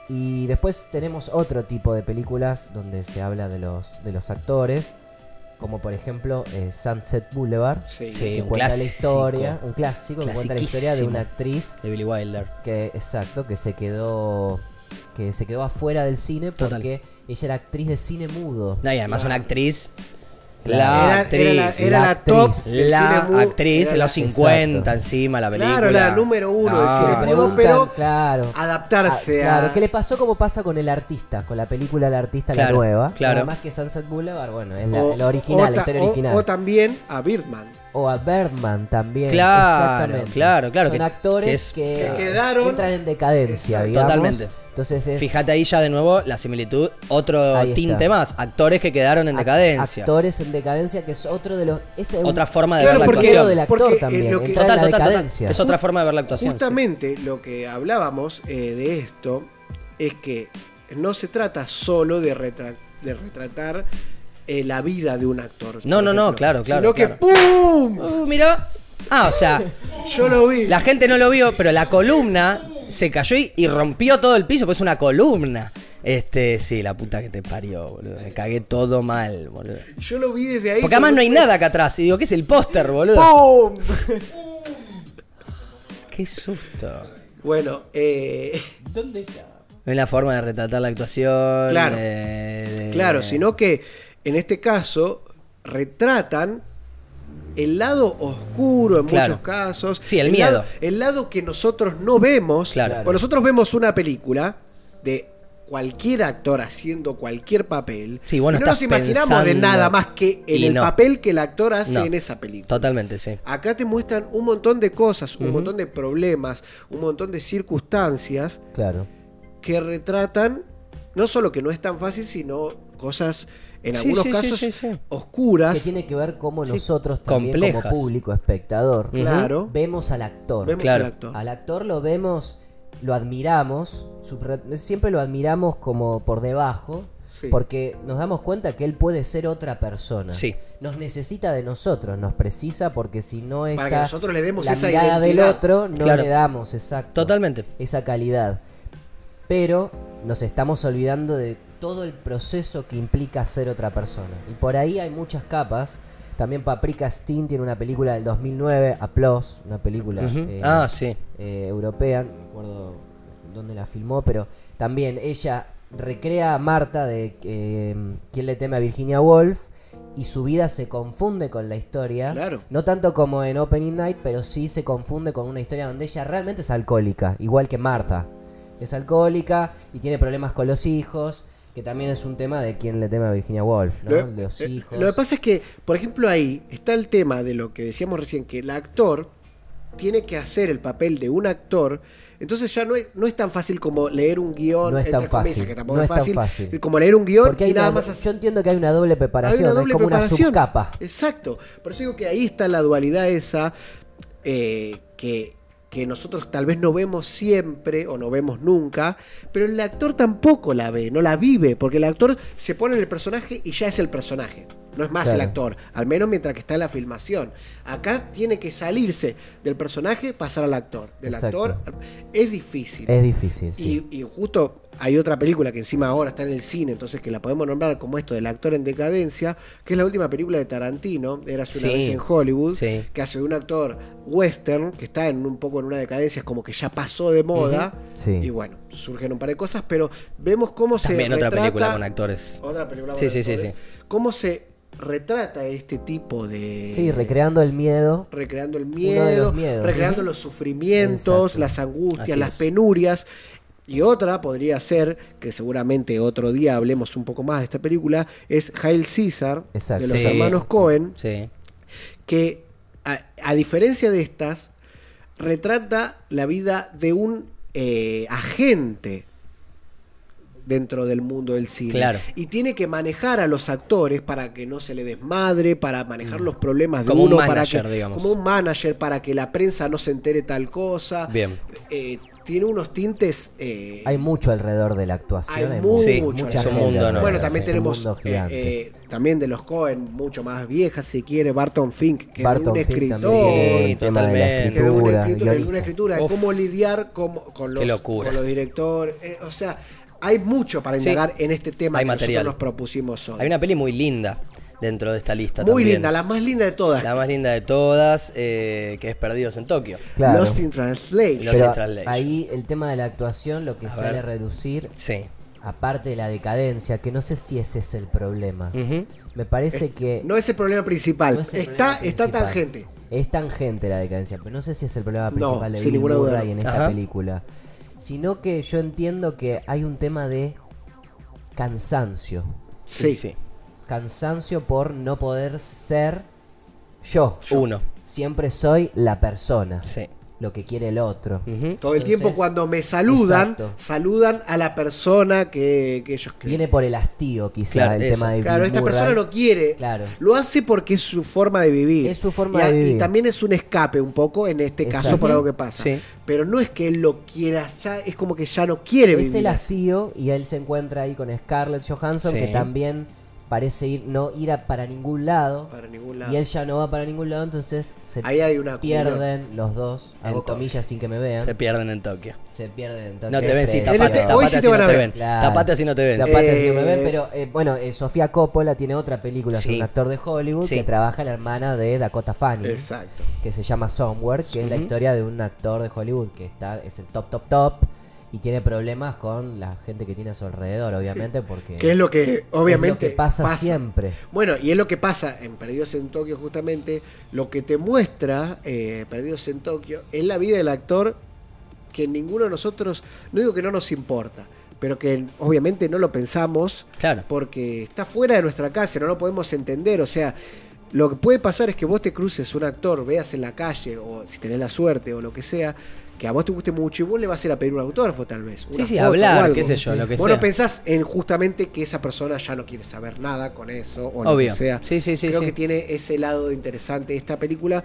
y después tenemos otro tipo de películas donde se habla de los, de los actores, como por ejemplo eh, Sunset Boulevard,
Sí.
Sí.
que
un
cuenta la
clásico.
historia, un clásico que cuenta la historia de
Clasiquísimo.
una actriz
De Billy Wilder.
que exacto que se quedó que se quedó afuera del cine
Total.
porque ella era actriz de cine mudo.
No, y además una actriz.
Claro.
La
Era,
actriz.
era la, era la
actriz.
top. del
La
cine mudo,
actriz
era
en
la-
los 50
Exacto.
encima la película.
Claro, la número uno del
Que
No,
le
cine
no,
mudo.
preguntan,
pero-
claro.
Adaptarse
Ah,
a.
Claro, ¿qué le pasó como pasa con el artista? Con la película El artista
Claro,
la nueva.
claro.
Además que Sunset Boulevard, bueno, es la,
o-
la original,
o
la
ta-
historia
o-
original.
O,
O,
también a Birdman.
a Birdman también.
Claro,
exactamente.
claro, claro,
Son
que- que es-
actores que,
que quedaron-
entran en decadencia,
Exacto.
digamos.
Totalmente.
Entonces es
Fíjate ahí ya de nuevo la similitud, otro
Ahí está.
tinte más, actores que quedaron en
act-
decadencia.
Actores en decadencia, que es otro de los... ese es un
Otra forma de
Claro,
ver la
porque-
actuación.
del actor
porque, eh,
también.
lo que-
entrar
Total,
en la
total, total.
decadencia.
Es otra forma de ver la actuación. sí.
Justamente lo que hablábamos eh, de esto es que no se trata solo de, retra- de retratar eh, la vida de un actor. por
No, no, no,
ejemplo,
claro, claro,
Sino que
claro.
¡pum!
Uh, mira. Ah, o sea,
Yo lo vi.
la gente no lo vio, pero la columna se cayó y, y rompió todo el piso, pues es una columna. Este, sí, la puta que te parió, boludo. Me cagué todo mal, boludo.
Yo lo vi desde ahí.
Porque además no hay nada acá atrás. Y digo, ¿qué es el póster, boludo?
¡Pum!
Qué susto.
Bueno, eh,
No es la forma de retratar la actuación.
Claro.
eh, de-
claro, sino que en este caso retratan el lado oscuro en
Claro.
muchos casos.
Sí, el miedo.
Lado, el lado que nosotros no vemos.
Claro.
Porque nosotros vemos una película de cualquier actor haciendo cualquier papel.
Sí, vos no
y no nos
estás
imaginamos de
pensando.
nada más que en
Y
el
no.
papel que el actor hace
No.
en esa película.
Totalmente, sí.
Acá te muestran un montón de cosas, un
Ujú.
montón de problemas, un montón de circunstancias
Claro.
que retratan no solo que no es tan fácil, sino cosas en
Sí,
algunos
sí, sí,
casos
sí, sí.
Que
oscuras.
tiene que ver cómo
Ah. Sí,
nosotros también
complejas. Mm.
como público, espectador,
Ujú.
Claro.
vemos al actor.
Vemos
Claro.
al actor.
Al actor lo vemos, lo admiramos, subra- siempre lo admiramos como por debajo,
Sí.
porque nos damos cuenta que él puede ser otra persona.
Sí.
Nos necesita de nosotros, nos precisa porque si no está
Para que nosotros le demos
la
esa
mirada del
identidad.
otro, no
Claro.
le damos, exacto.
Totalmente.
Esa calidad. Pero nos estamos olvidando de todo el proceso que implica ser otra persona. Y por ahí hay muchas capas. También Paprika Steen tiene una película del 2009, Applause, una película
Ujú.
eh,
ah, sí.
eh, europea, no me acuerdo dónde la filmó, pero también ella recrea a Marta de eh, ¿Quién le teme a Virginia Woolf? Y su vida se confunde con la historia.
Claro.
No tanto como en Opening Night, pero sí se confunde con una historia donde ella realmente es alcohólica, igual que Marta. Es alcohólica y tiene problemas con los hijos, que también es un tema de quién le teme a Virginia Woolf, ¿no?
Lo-
los
eh,
hijos.
Lo que pasa es que, por ejemplo, ahí está el tema de lo que decíamos recién, que el actor tiene que hacer el papel de un actor, entonces ya no es, no es tan fácil como leer un guión,
No es tan
entre comillas,
fácil,
que tampoco
no
es
es tan
fácil,
fácil.
como leer un guión
Porque hay
y nada
una-
más hacer-
yo entiendo que hay una doble
Hay
preparación,
una doble
es como
preparación.
una subcapa.
Exacto. Por eso digo que ahí está la dualidad esa eh, que, que nosotros tal vez no vemos siempre o no vemos nunca, pero el actor tampoco la ve, no la vive, porque el actor se pone en el personaje y ya es el personaje. No es más el
Claro.
actor, al menos mientras que está en la filmación. Acá tiene que salirse del personaje, pasar al actor. Del
Exacto.
actor al- es difícil.
Es difícil, sí.
Y, y justo hay otra película que encima ahora está en el cine, entonces que la podemos nombrar como esto del actor en decadencia, que es la última película de Tarantino, era una
Sí.
vez en Hollywood,
Sí.
que hace de un actor western que está en un poco en una decadencia, es como que ya pasó de moda.
Sí.
Y bueno, surgen un par de cosas, pero vemos cómo se
También otra
retrata-
película con actores.
otra película con
Sí, sí, sí,
actores, cómo se retrata este tipo de...
Sí, recreando el miedo.
recreando el
de los
miedo,
miedos.
recreando
Ujú.
los sufrimientos,
Exacto.
las angustias,
Así
las
es.
penurias. Y otra podría ser, que seguramente otro día hablemos un poco más de esta película, es Hail Caesar,
Exacto.
de los
Sí.
hermanos Cohen,
Sí.
que a, a diferencia de estas, retrata la vida de un eh, agente dentro del mundo del cine.
Claro.
Y tiene que manejar a los actores para que no se le desmadre, para manejar los problemas de
Mm. Como un
uno,
manager,
para que,
digamos.
como un manager, para que la prensa no se entere tal cosa.
Bien.
Eh, tiene unos tintes... eh,
Hay mucho alrededor de la actuación.
hay
hay
mucho,
Sí,
mucho.
mucha
mucha
es un
gente
mundo
alrededor,
enorme,
Bueno,
sí.
también
es un
tenemos
mundo
eh,
gigante.
eh, también de los Cohen, mucho más viejas, si quiere, Barton Fink, que
Barton
es
Fink
de un
también,
Sí,
el
escritor.
tema
totalmente.
de
que
la
de una
escritura,
escritura, de
guionista.
una escritura, de
Uf.
cómo lidiar con, con los,
Qué locura.
con los directores. eh, o sea, hay mucho para
Sí.
indagar en este tema
Hay
que
material.
nosotros nos propusimos hoy.
Hay una peli muy linda dentro de esta lista
Muy
también.
linda, la más linda de todas.
La más linda de todas, eh, que es Perdidos en Tokio.
Claro.
Lost in Translation.
Lost-
Pero
Central Lake.
ahí el tema de la actuación, lo que
A
sale a
ver.
reducir,
Sí.
aparte de la decadencia, que no sé si ese es el problema.
Ujú.
Me parece que
No es el problema principal.
no es el
está,
problema
está
principal.
tangente.
Es tangente la decadencia, pero no sé si es el
No,
problema principal de
sin
Bill
ninguna duda.
Murray en esta
Ajá.
película, sino que yo entiendo que hay un tema de cansancio,
Sí.
sí.
cansancio por no poder ser yo.
Uno.
Siempre soy la persona,
Sí. Mm.
lo que quiere el otro.
Ujú.
Todo el tiempo
Entonces,
cuando me saludan,
exacto.
saludan a la persona que, que ellos creen.
Viene por el hastío, quizá,
Claro,
el
eso.
tema de Bill
Claro, esta
Murray.
persona no quiere.
Claro.
Lo hace porque es su forma de vivir.
Es su forma
y, a-
de vivir.
Y también es un escape un poco, en este caso,
Exacto.
por algo que pasa.
Sí.
Pero no es que él lo quiera, ya, es como que ya no quiere
es
vivir.
el
así.
hastío y él se encuentra ahí con Scarlett Johansson
Sí.
que también parece ir no ir a- para ningún lado
Para ningún lado.
y él ya no va para ningún lado entonces se
Ahí hay una comunión.
pierden los dos hago
Entonces.
comillas sin que me vean
Se
se,
pierden en Tokio.
pierden entonces
No te ven, sí,
precio.
tapate,
este- Hoy
tapate
sí te
así no
van a
te
ver.
ven.
Claro.
Tapate así no te ven. sí.
Tapate
Eh,
sin que me ven, pero eh, bueno eh, Sofía Coppola tiene otra película
Sí.
es un actor de Hollywood
Sí.
que trabaja la hermana de Dakota Fanning
Exacto.
que se llama Somewhere, que es la
Ujú.
historia de un actor de Hollywood que está es el top top top y tiene problemas con la gente que tiene a su alrededor, obviamente, porque
Que es lo que, obviamente,
es lo que pasa, siempre.
Bueno, y es lo que pasa en Perdidos en Tokio, justamente, lo que te muestra eh, Perdidos en Tokio es la vida del actor que ninguno de nosotros, no digo que no nos importa, pero que obviamente no lo pensamos
Claro.
porque está fuera de nuestra casa, no lo podemos entender, o sea... Lo que puede pasar es que vos te cruces un actor, veas en la calle, o si tenés la suerte, o lo que sea, que a vos te guste mucho y vos le vas a ir a pedir un autógrafo, tal vez. una
Sí, sí,
foto o
hablar,
algo.
qué sé yo, lo que
Vos
sea.
no pensás en justamente que esa persona ya no quiere saber nada con eso o lo
Obvio.
que sea.
Sí, sí, sí,
creo
sí.
que tiene ese lado interesante esta película.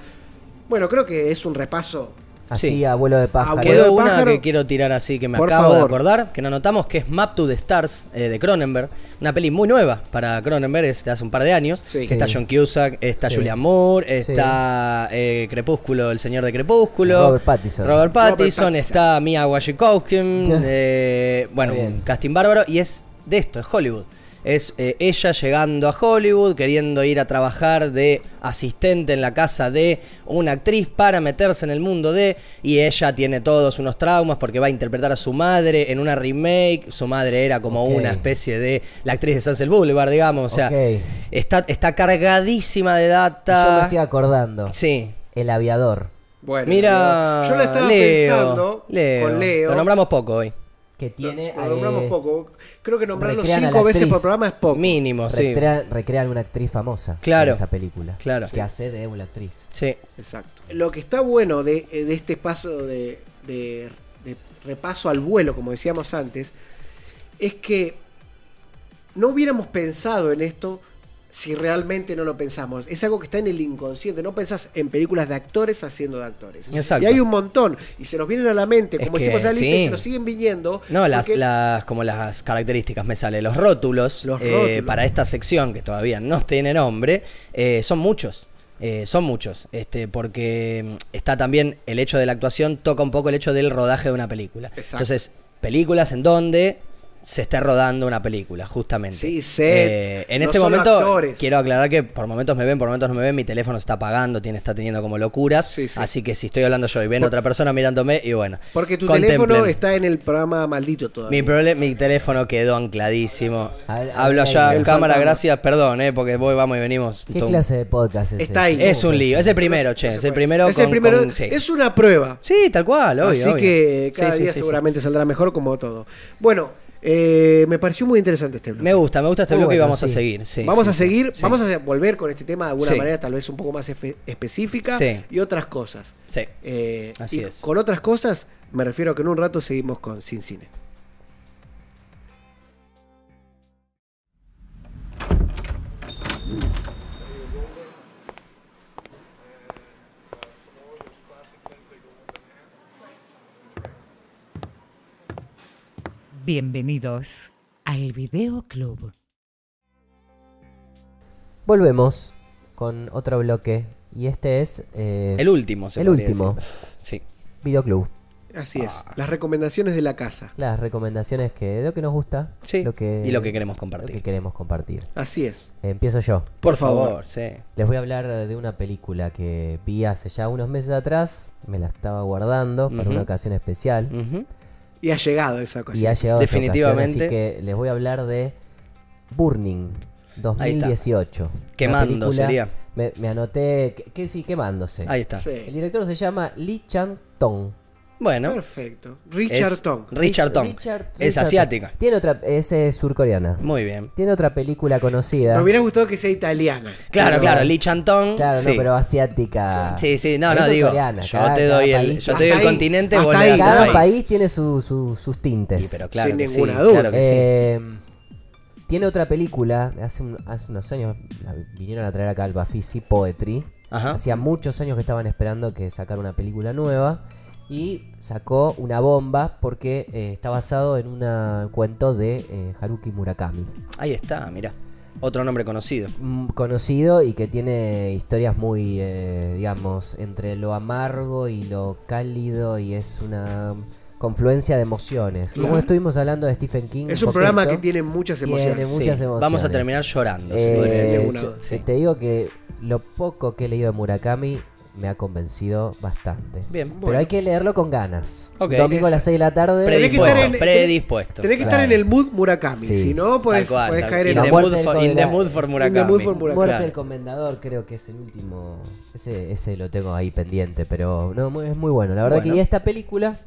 Bueno, creo que es un repaso.
Así,
Sí.
abuelo de pájaro.
Abuelo-
Quedó
de
una
pájaro.
que quiero tirar así, que me
Por
acabo de
favor.
acordar, que no notamos, que es Map to the Stars eh, de Cronenberg. Una peli muy nueva para Cronenberg, es de hace un par de años.
Sí.
Que está
Sí.
John Cusack, está
Sí.
Julian Moore,
Sí.
está eh, Crepúsculo, El Señor de Crepúsculo.
Robert Pattinson.
Robert
Robert
Pattinson,
Pattinson.
está Mia Wasikowska, eh, bueno,
Está bien.
un casting bárbaro. Y es de esto, es Hollywood. Es eh, ella llegando a Hollywood, queriendo ir a trabajar de asistente en la casa de una actriz para meterse en el mundo de... Y ella tiene todos unos traumas porque va a interpretar a su madre en una remake. Su madre era como
Ok.
una especie de... La actriz de Sunset Boulevard, digamos. O sea,
Ok.
está, está cargadísima de
Yo me
data.
estoy acordando.
Sí.
El aviador.
Bueno,
Mira,
yo lo estaba
Leo,
pensando
Leo.
con Leo.
Lo nombramos poco hoy.
Que tiene.
Lo nombramos
eh,
poco. Creo que nombrarlo
recrean a la
cinco veces
actriz.
por programa es poco.
Mínimo, sí.
recrea- recrean una actriz famosa
Claro.
en esa película.
Claro.
Que hace de una actriz.
Sí.
Exacto. Lo que está bueno de, de este paso de, de- de repaso al vuelo, como decíamos antes, es que no hubiéramos pensado en esto si realmente no lo pensamos. Es algo que está en el inconsciente. No pensás en películas de actores haciendo de actores.
Exacto.
Y hay un montón. Y se nos vienen a la mente,
Es
como decimos
que
en la lista,
sí.
y se nos siguen viniendo.
No, las,
porque-
las, como las características me sale, los rótulos,
Los
eh,
rótulos.
para esta sección que todavía no tiene nombre, eh, son muchos. eh, son muchos, este, porque mm, está también el hecho de la actuación, toca un poco el hecho del rodaje de una película.
Exacto.
Entonces, películas en donde se esté rodando una película, justamente.
Sí, sets,
Eh, en
no
este
solo
momento,
actores.
quiero aclarar que por momentos me ven, por momentos no me ven, mi teléfono se está apagando, tiene, está teniendo como locuras.
Sí, sí.
Así que si estoy hablando yo y ven otra persona mirándome, y bueno.
Porque tu
contemplen.
teléfono está en el programa maldito todavía.
Mi, prole- mi teléfono quedó ancladísimo.
Habla-
Hablo
habla
allá,
ahí.
cámara,
El fantasma.
gracias, perdón, eh, porque voy, vamos y venimos.
¿Qué
Todo un-
clase de podcast es
Está
este?
ahí.
Es un lío, es el primero, che,
No se
es el
puede.
primero
Es el
con-
primero-
con- sí.
Es una prueba.
Sí, tal cual, obvio.
Así
obvio.
que eh, cada
Sí, sí,
día
sí, sí.
seguramente saldrá mejor como todo. Bueno, eh, me pareció muy interesante este bloque.
Me gusta, me gusta este
Muy
bloque y
bueno,
vamos a
sí.
seguir. sí,
vamos
sí,
a
sí,
seguir,
sí.
vamos a volver con este tema de alguna
Sí.
manera tal vez un poco más espe- específica
Sí.
y otras cosas.
Sí.
Eh,
Así
y
es.
Con otras cosas me refiero a que en un rato seguimos con Sin Cine.
Bienvenidos al Video Club.
Volvemos con otro bloque. Y este es eh,
El último, se
el
podría
último.
decir. Sí.
Videoclub.
Así es.
Ah.
Las recomendaciones de la casa.
Las recomendaciones que lo que nos gusta
Sí,
lo que,
y lo que queremos
lo
compartir.
que queremos compartir.
Así es.
Empiezo yo.
Por favor, sí.
Les voy a hablar eh, de una película que vi hace ya unos meses atrás. Me la estaba guardando para
Ujú.
una ocasión especial.
Ujú.
Y ha llegado esa cosa.
Y ha llegado esa
Definitivamente.
ocasión, así que les voy a hablar de Burning
Ahí está.
2018.
Quemando
Una película-
sería.
Me, me anoté. Que, que sí, quemándose.
Ahí está.
Sí.
El director se llama Lee Chang Tong.
Bueno,
Perfecto. Richard
es
Tong.
Richard Tong.
Richard-
es
Richard Tong.
asiática.
Tiene otra. Es eh, surcoreana.
Muy bien.
Tiene otra película conocida.
Me hubiera gustado que sea italiana.
Claro,
Pero-
claro, Lee Chantong.
Claro,
sí.
no, pero asiática.
Sí, sí, no,
Es
no, digo.
surcoreana,
yo
cada-
te
cada
doy el,
país-
yo te doy el
Hasta ahí,
continente,
hasta
vos le
ahí.
das el
Cada
país.
país, tiene su- su- sus tintes.
Sí, pero claro
Sin
que sí,
ninguna duda.
claro que sí.
Eh, Tiene otra película, hace, un- hace unos años la vinieron a traer acá al Bafisi Poetry.
¿Ah?
Ajá.
Hacía muchos años que estaban esperando que sacara una película nueva. Y sacó una bomba porque eh, está basado en un cuento de eh, Haruki Murakami.
Ahí está, mira. Otro nombre conocido.
mm, conocido y que tiene historias muy, eh, digamos, entre lo amargo y lo cálido y es una confluencia de emociones. Como
Claro.
estuvimos hablando de Stephen King.
Es un
poquito,
programa que tiene muchas
tiene
emociones.
mu- Muchas
Sí,
emociones.
Vamos a terminar llorando.
eh,
se podría decir.
de una duda.
Sí.
Te digo que lo poco que he leído de Murakami me ha convencido bastante.
Bien.
Pero
Bueno.
hay que leerlo con ganas.
Ok,
Domingo a las 6 de la tarde.
Tenés que estar
Predispuesto,
en-
predispuesto.
Tenés que
Claro.
estar en el mood Murakami,
Sí.
si no podés,
Tal cual,
podés
tal-
caer en
in,
La
the
el
muerte
mood
del
for, in the
Murakami.
mood for Murakami.
mood for Murakami.
Muerte
Claro.
del Comendador creo que es el último. Ese, ese lo tengo ahí pendiente, pero no, muy- es muy bueno. La verdad
Bueno.
que esta película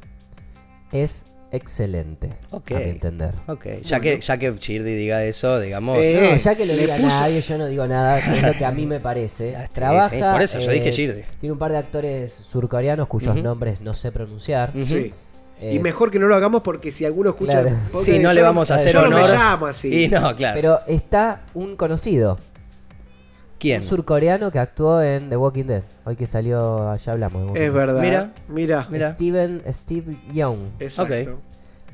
es excelente.
Ok.
A mi entender.
Ok, ya, que, ya que Shirdi diga eso, digamos.
Eh,
No, ya que lo
le
diga
puso-
nadie, yo no digo nada, es lo que a mí me parece.
Ah, sí,
Trabaja. eh,
sí, por eso yo dije Shirdi.
Tiene un par de actores surcoreanos cuyos nombres no sé pronunciar.
Ujú.
Sí.
Eh,
y mejor que no lo hagamos porque si alguno escucha.
Claro.
el podcast,
si no
yo
le vamos a
claro,
hacer
yo
honor.
No me llamo así.
Y no, claro.
Pero está un conocido,
¿Quién?
un surcoreano que actuó en The Walking Dead. Hoy que salió, allá hablamos. de Walking
Es
Dead.
verdad.
Mira.
Mira. Mira.
Mira.
Steven, Steve Young.
Exacto.
Ok.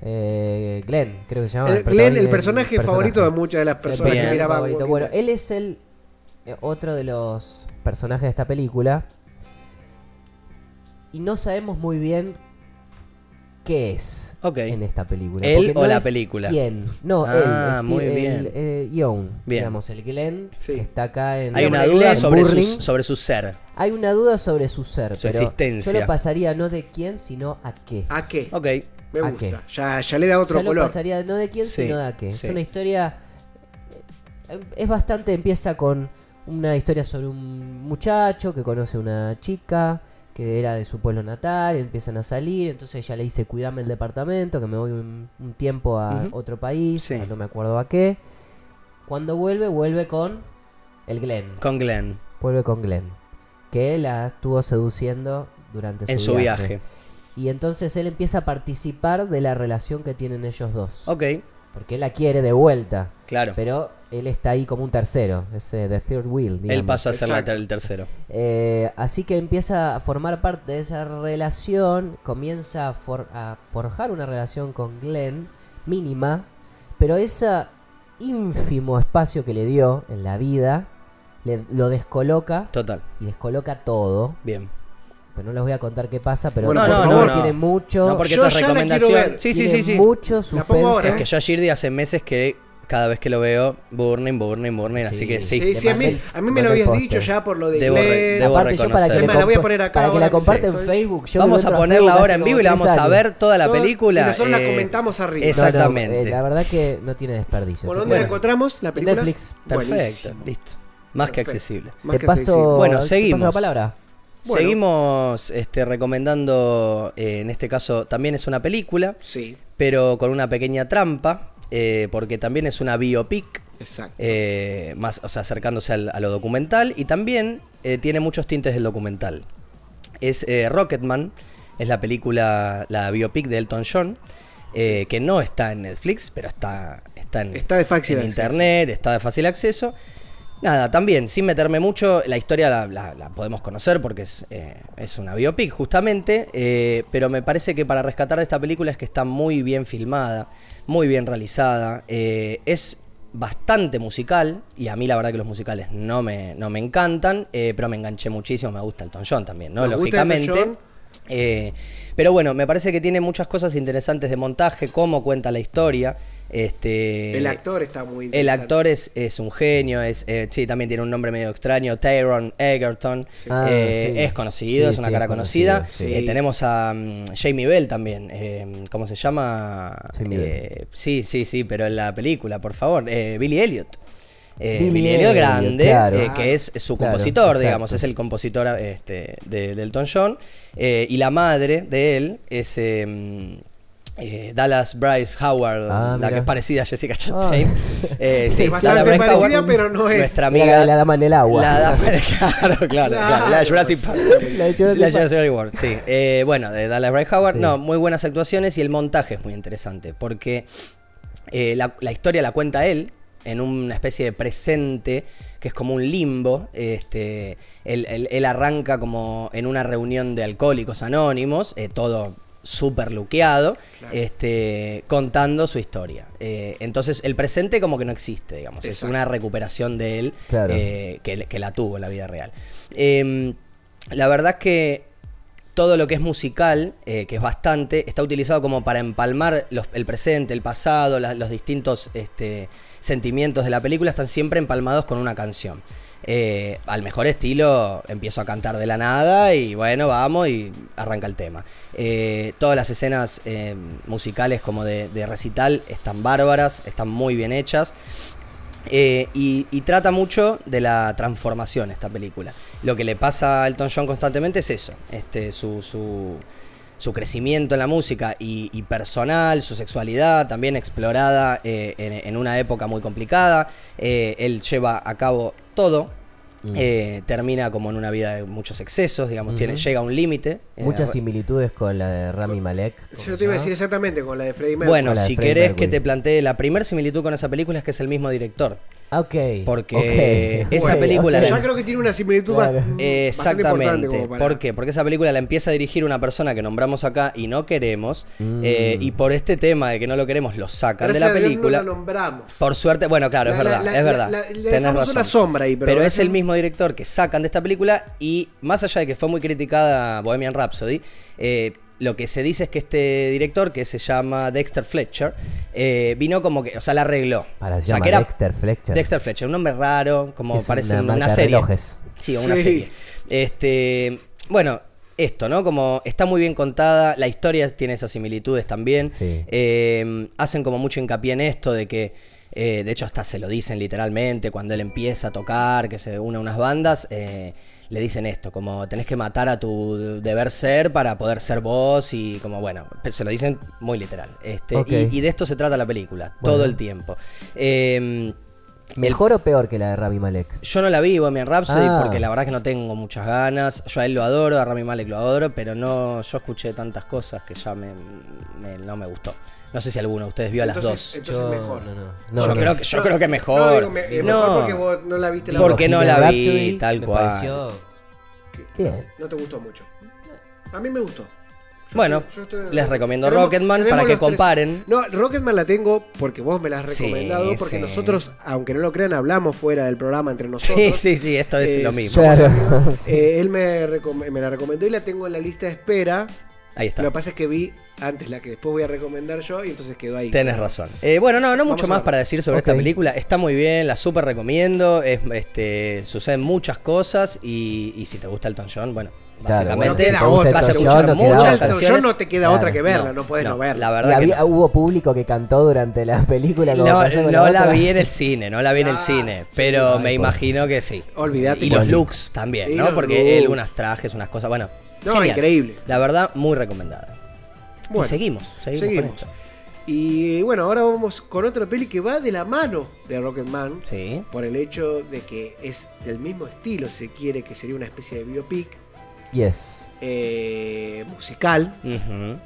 Eh, Glenn, creo que se llama.
El- Glenn, el personaje favorito de muchas de las personas
Bien.
que miraban.
favorito.
Walking
Bueno,
Dead.
él es el eh, otro de los personajes de esta película. Y no sabemos muy bien qué es
Ok.
en esta película.
¿Él
porque
o
no
la
es
película?
¿Quién? No,
Ah,
él.
muy
el-
bien.
eh, Young,
Bien.
digamos, el Glenn
Sí.
que está acá en.
Hay una
en
duda sobre su,
Burning.
sobre su ser.
Hay una duda sobre su ser,
Su
pero
existencia. Ah,
Yo lo pasaría no de quién, sino a qué.
¿A qué?
Ok.
Me
¿A
gusta. Ya, ya le da otro
Ya lo
color.
pasaría no de quién,
Sí,
sino de qué.
sí.
Es una historia. eh, Es bastante. Empieza con una historia sobre un muchacho que conoce a una chica que era de su pueblo natal. Empiezan a salir. Entonces ella le dice: Cuidame el departamento, que me voy un, un tiempo a
Ujú.
otro país.
Sí.
a No me acuerdo a qué. Cuando vuelve, vuelve con el Glenn.
Con Glenn.
Vuelve con Glenn. Que la estuvo seduciendo durante
en su viaje.
Y entonces él empieza a participar de la relación que tienen ellos dos.
Ok.
Porque él la quiere de vuelta.
Claro.
Pero él está ahí como un tercero. Ese The Third Wheel. Digamos.
Él pasó a ser la-
Exacto.
el tercero.
Eh, así que empieza a formar parte de esa relación. Comienza a, for- a forjar una relación con Glenn. Mínima. Pero ese ínfimo espacio que le dio en la vida. le- lo descoloca.
Total.
Y descoloca todo.
Bien.
Pero no les voy a contar qué pasa, pero
Bueno,
no,
por
no,
favor,
no, no.
tiene mucho.
No, porque
Yo
esto es
ya la quiero
recomendación.
ver.
Sí, sí,
tiene
sí, sí.
Mucho
La pongo ahora,
suspense.
Es que yo a Shirdi hace meses que cada vez que lo veo, burning, burning, burning. Así
Sí.
que sí.
Sí, sí,
te
a mí,
mandé el-
a mí me
mandé
lo
el
habías
póster.
dicho ya por lo de
Debo re-
Glez.
debo-
Aparte, yo para que,
reconocer.
le
Es más, la
voy a
comp-
poner acá
para que
ahora,
la comparta
estoy-
en Facebook. yo
Vamos
lo
a
entro
ponerla
Facebook
ahora
hace
en vivo
como
y la
tres
vamos a
años.
ver toda la
Todo-
película.
y nosotros la
eh,
comentamos arriba.
No, no,
Exactamente.
eh, la verdad que no tiene desperdicio.
¿Por
así
dónde
que
la
bueno,
encontramos la película?
Netflix.
Perfecto,
Buenísimo.
listo. Más que
Perfecto.
accesible.
Más
te
que accesible.
paso,
Bueno,
te paso
seguimos.
la palabra.
Bueno.
Seguimos este, recomendando, eh, en este caso también es una película,
Sí,
pero con una pequeña trampa, eh, porque también es una biopic,
exacto.
eh, más, o sea, acercándose al- a lo documental, y también eh, tiene muchos tintes del documental. Es eh, Rocketman, es la película, la biopic de Elton John, eh, que no está en Netflix, pero está, está en,
Está de fácil
en
acceso.
internet, está de fácil acceso. Nada, también, sin meterme mucho, la historia la, la- la podemos conocer porque es, eh, es una biopic justamente, eh, pero me parece que para rescatar de esta película es que está muy bien filmada, muy bien realizada, eh, es bastante musical y a mí la verdad que los musicales no me, no me encantan, eh, pero me enganché muchísimo, me gusta Elton John también, ¿no?
Nos gusta Elton
Lógicamente.
John.
Eh, pero bueno, me parece que tiene muchas cosas interesantes de montaje, cómo cuenta la historia. Este,
El actor está muy
el
interesante.
actor es, es un genio, es, eh, sí, también tiene un nombre medio extraño, Tyron Egerton.
Ah,
Eh,
sí.
Es conocido,
Sí,
es una
sí,
cara
es
conocida.
conocido,
sí.
Eh, tenemos a mm, Jamie Bell también. eh, ¿Cómo se llama?
Jamie Bell.
Eh, sí, sí, sí, pero en la película, por favor. Eh, Billy Elliot. Eh,
Billy
Billy Elliot
Elliot,
grande,
claro.
eh, que es su
Claro,
compositor, digamos,
exacto.
es el compositor este, de, de Elton John. Eh, y la madre de él es eh, mm, eh, Dallas Bryce Howard,
Ah,
la que
mirá.
es parecida a Jessica Chastain. Eh, sí,
Es
Dallas
bastante
Bryce Howard,
parecida, pero no es.
Nuestra
Mira
amiga
la, de la dama en el agua.
la dama, claro, claro, claro, La de Jurassic Park.
La de Jurassic
La
Park.
Jurassic World, sí. Eh, bueno, de Dallas Bright Howard,
Sí.
no, muy buenas actuaciones y el montaje es muy interesante porque eh, la, la historia la cuenta él en una especie de presente que es como un limbo. Este, él, él- él arranca como en una reunión de alcohólicos anónimos, eh, todo súper luqueado, este, contando su historia. Eh, entonces el presente como que no existe, digamos,
Exacto.
es una recuperación de él
Claro.
eh, eh, que, que la tuvo en la vida real. Em, la verdad que todo lo que es musical, eh, que es bastante, está utilizado como para empalmar los- el presente, el pasado, la- los distintos este, sentimientos de la película, están siempre empalmados con una canción. Eh, al mejor estilo, empiezo a cantar de la nada y bueno, vamos y arranca el tema. Eh, todas las escenas eh, musicales como de, de recital están bárbaras, están muy bien hechas. Eh, y, y trata mucho de la transformación esta película. Lo que le pasa a Elton John constantemente es eso, este, su, su, su crecimiento en la música y, y personal, su sexualidad también explorada eh, en, en una época muy complicada. Eh, él lleva a cabo todo.
Mm.
eh, termina como en una vida de muchos excesos, digamos, tiene,
Ujú.
llega a un límite. eh,
Muchas similitudes con la de Rami Malek.
Yo te iba a decir exactamente con la de Freddy Mercury.
bueno,
con la de
si
Freddie
querés que
Mercury.
te plantee la primera similitud con esa película es que es el mismo director.
Ah, ok.
Porque
Ok.
esa
Ok,
película
ok.
la-
Yo creo que tiene una similitud
Claro.
bast- bastante importante
Exactamente.
como para-
¿Por qué? Porque esa película la empieza a dirigir una persona que nombramos acá y no queremos.
Mm.
eh, y por este tema de que no lo queremos, lo sacan
Gracias
de la
a Dios
película.
No la nombramos.
Por suerte, bueno, claro, es
La- la-
verdad,
la-
es verdad.
la- la- le
tenés
dejamos
razón.
una sombra ahí, pero
pero es
gracias-
el mismo director que sacan de esta película y más allá de que fue muy criticada Bohemian Rhapsody, eh, lo que se dice es que este director, que se llama Dexter Fletcher, eh, vino como que, o sea, la arregló.
Para
o
se
sea,
llama
que era
Dexter Fletcher.
Dexter Fletcher, un nombre raro, como
Es
parece
una
una,
marca de
serie.
relojes.
Sí, una
Sí.
serie. Este, bueno, esto, ¿no? Como está muy bien contada, la historia tiene esas similitudes también.
Sí.
Eh, hacen como mucho hincapié en esto de que, eh, de hecho, hasta se lo dicen literalmente cuando él empieza a tocar, que se une a unas bandas. eh, le dicen esto, como tenés que matar a tu deber ser para poder ser vos y como bueno, se lo dicen muy literal. Este,
Ok.
y, y de esto se trata la película,
Bueno.
todo el tiempo. Eh,
¿Mejor o peor que la de Rami Malek?
yo no la vi Bohemian Rhapsody
Ah.
porque la verdad que no tengo muchas ganas. Yo a él lo adoro, a Rami Malek lo adoro, pero no, yo escuché tantas cosas que ya me, me- no me gustó. No sé si alguno de ustedes vio a las
Entonces-
dos.
Entonces mejor.
No, no.
yo creo que yo creo que
No,
mejor.
digo, me- eh,
No.
mejor porque vos no la viste la
Porque-
voz.
no la
Rhapsody
vi, tal
me
cual.
pareció- Bien.
No te gustó mucho. A mí me gustó.
Bueno,
Yo estoy-
les recomiendo
Tenemos-
Rocketman
tenemos
para que
los tres.
comparen.
No, Rocketman la tengo porque vos me la has
Sí,
recomendado, porque
sí.
nosotros, aunque no lo crean, hablamos fuera del programa entre nosotros.
Sí, sí, sí, esto es
Eh,
lo mismo.
somos
Claro,
amigos.
sí.
Eh, él me, recom- me la recomendó y la tengo en la lista de espera.
Ahí está.
Lo que pasa es que vi antes la que después voy a recomendar yo y entonces quedó ahí.
Tenés razón. Eh, bueno, no, no
Vamos
mucho
a
más
ver.
para decir sobre esta
Ok.
película. Está muy bien, la súper recomiendo. Es, este, suceden muchas cosas y, y si te gusta Elton John, bueno,
Claro, bueno,
básicamente
si
te
vas
gusta
a
Elton
escuchar
John, no queda
muchas
otra.
Alto, yo
canciones.
no te queda
Claro,
otra que verla, no, podés no,
no,
verla.
La
Y
verdad que
había-
no.
Hubo público que cantó durante la película. como
No,
pasó con
no la
otra.
vi en el cine, no la vi en el
Ah,
cine, pero
Ay,
me
por-
imagino que sí.
Olvídate.
Y
que
los
sí.
looks también,
Y
¿no?
los
Porque él,
looks.
unas trajes, unas cosas, bueno.
No,
genial.
increíble.
La verdad, muy recomendada.
Bueno,
y seguimos, seguimos,
seguimos.
con esto.
Y bueno, ahora vamos con otra peli que va de la mano de Rocketman.
Sí.
Por el hecho de que es del mismo estilo, si se quiere, que sería una especie de biopic
Yes.
eh, musical,
Ujú.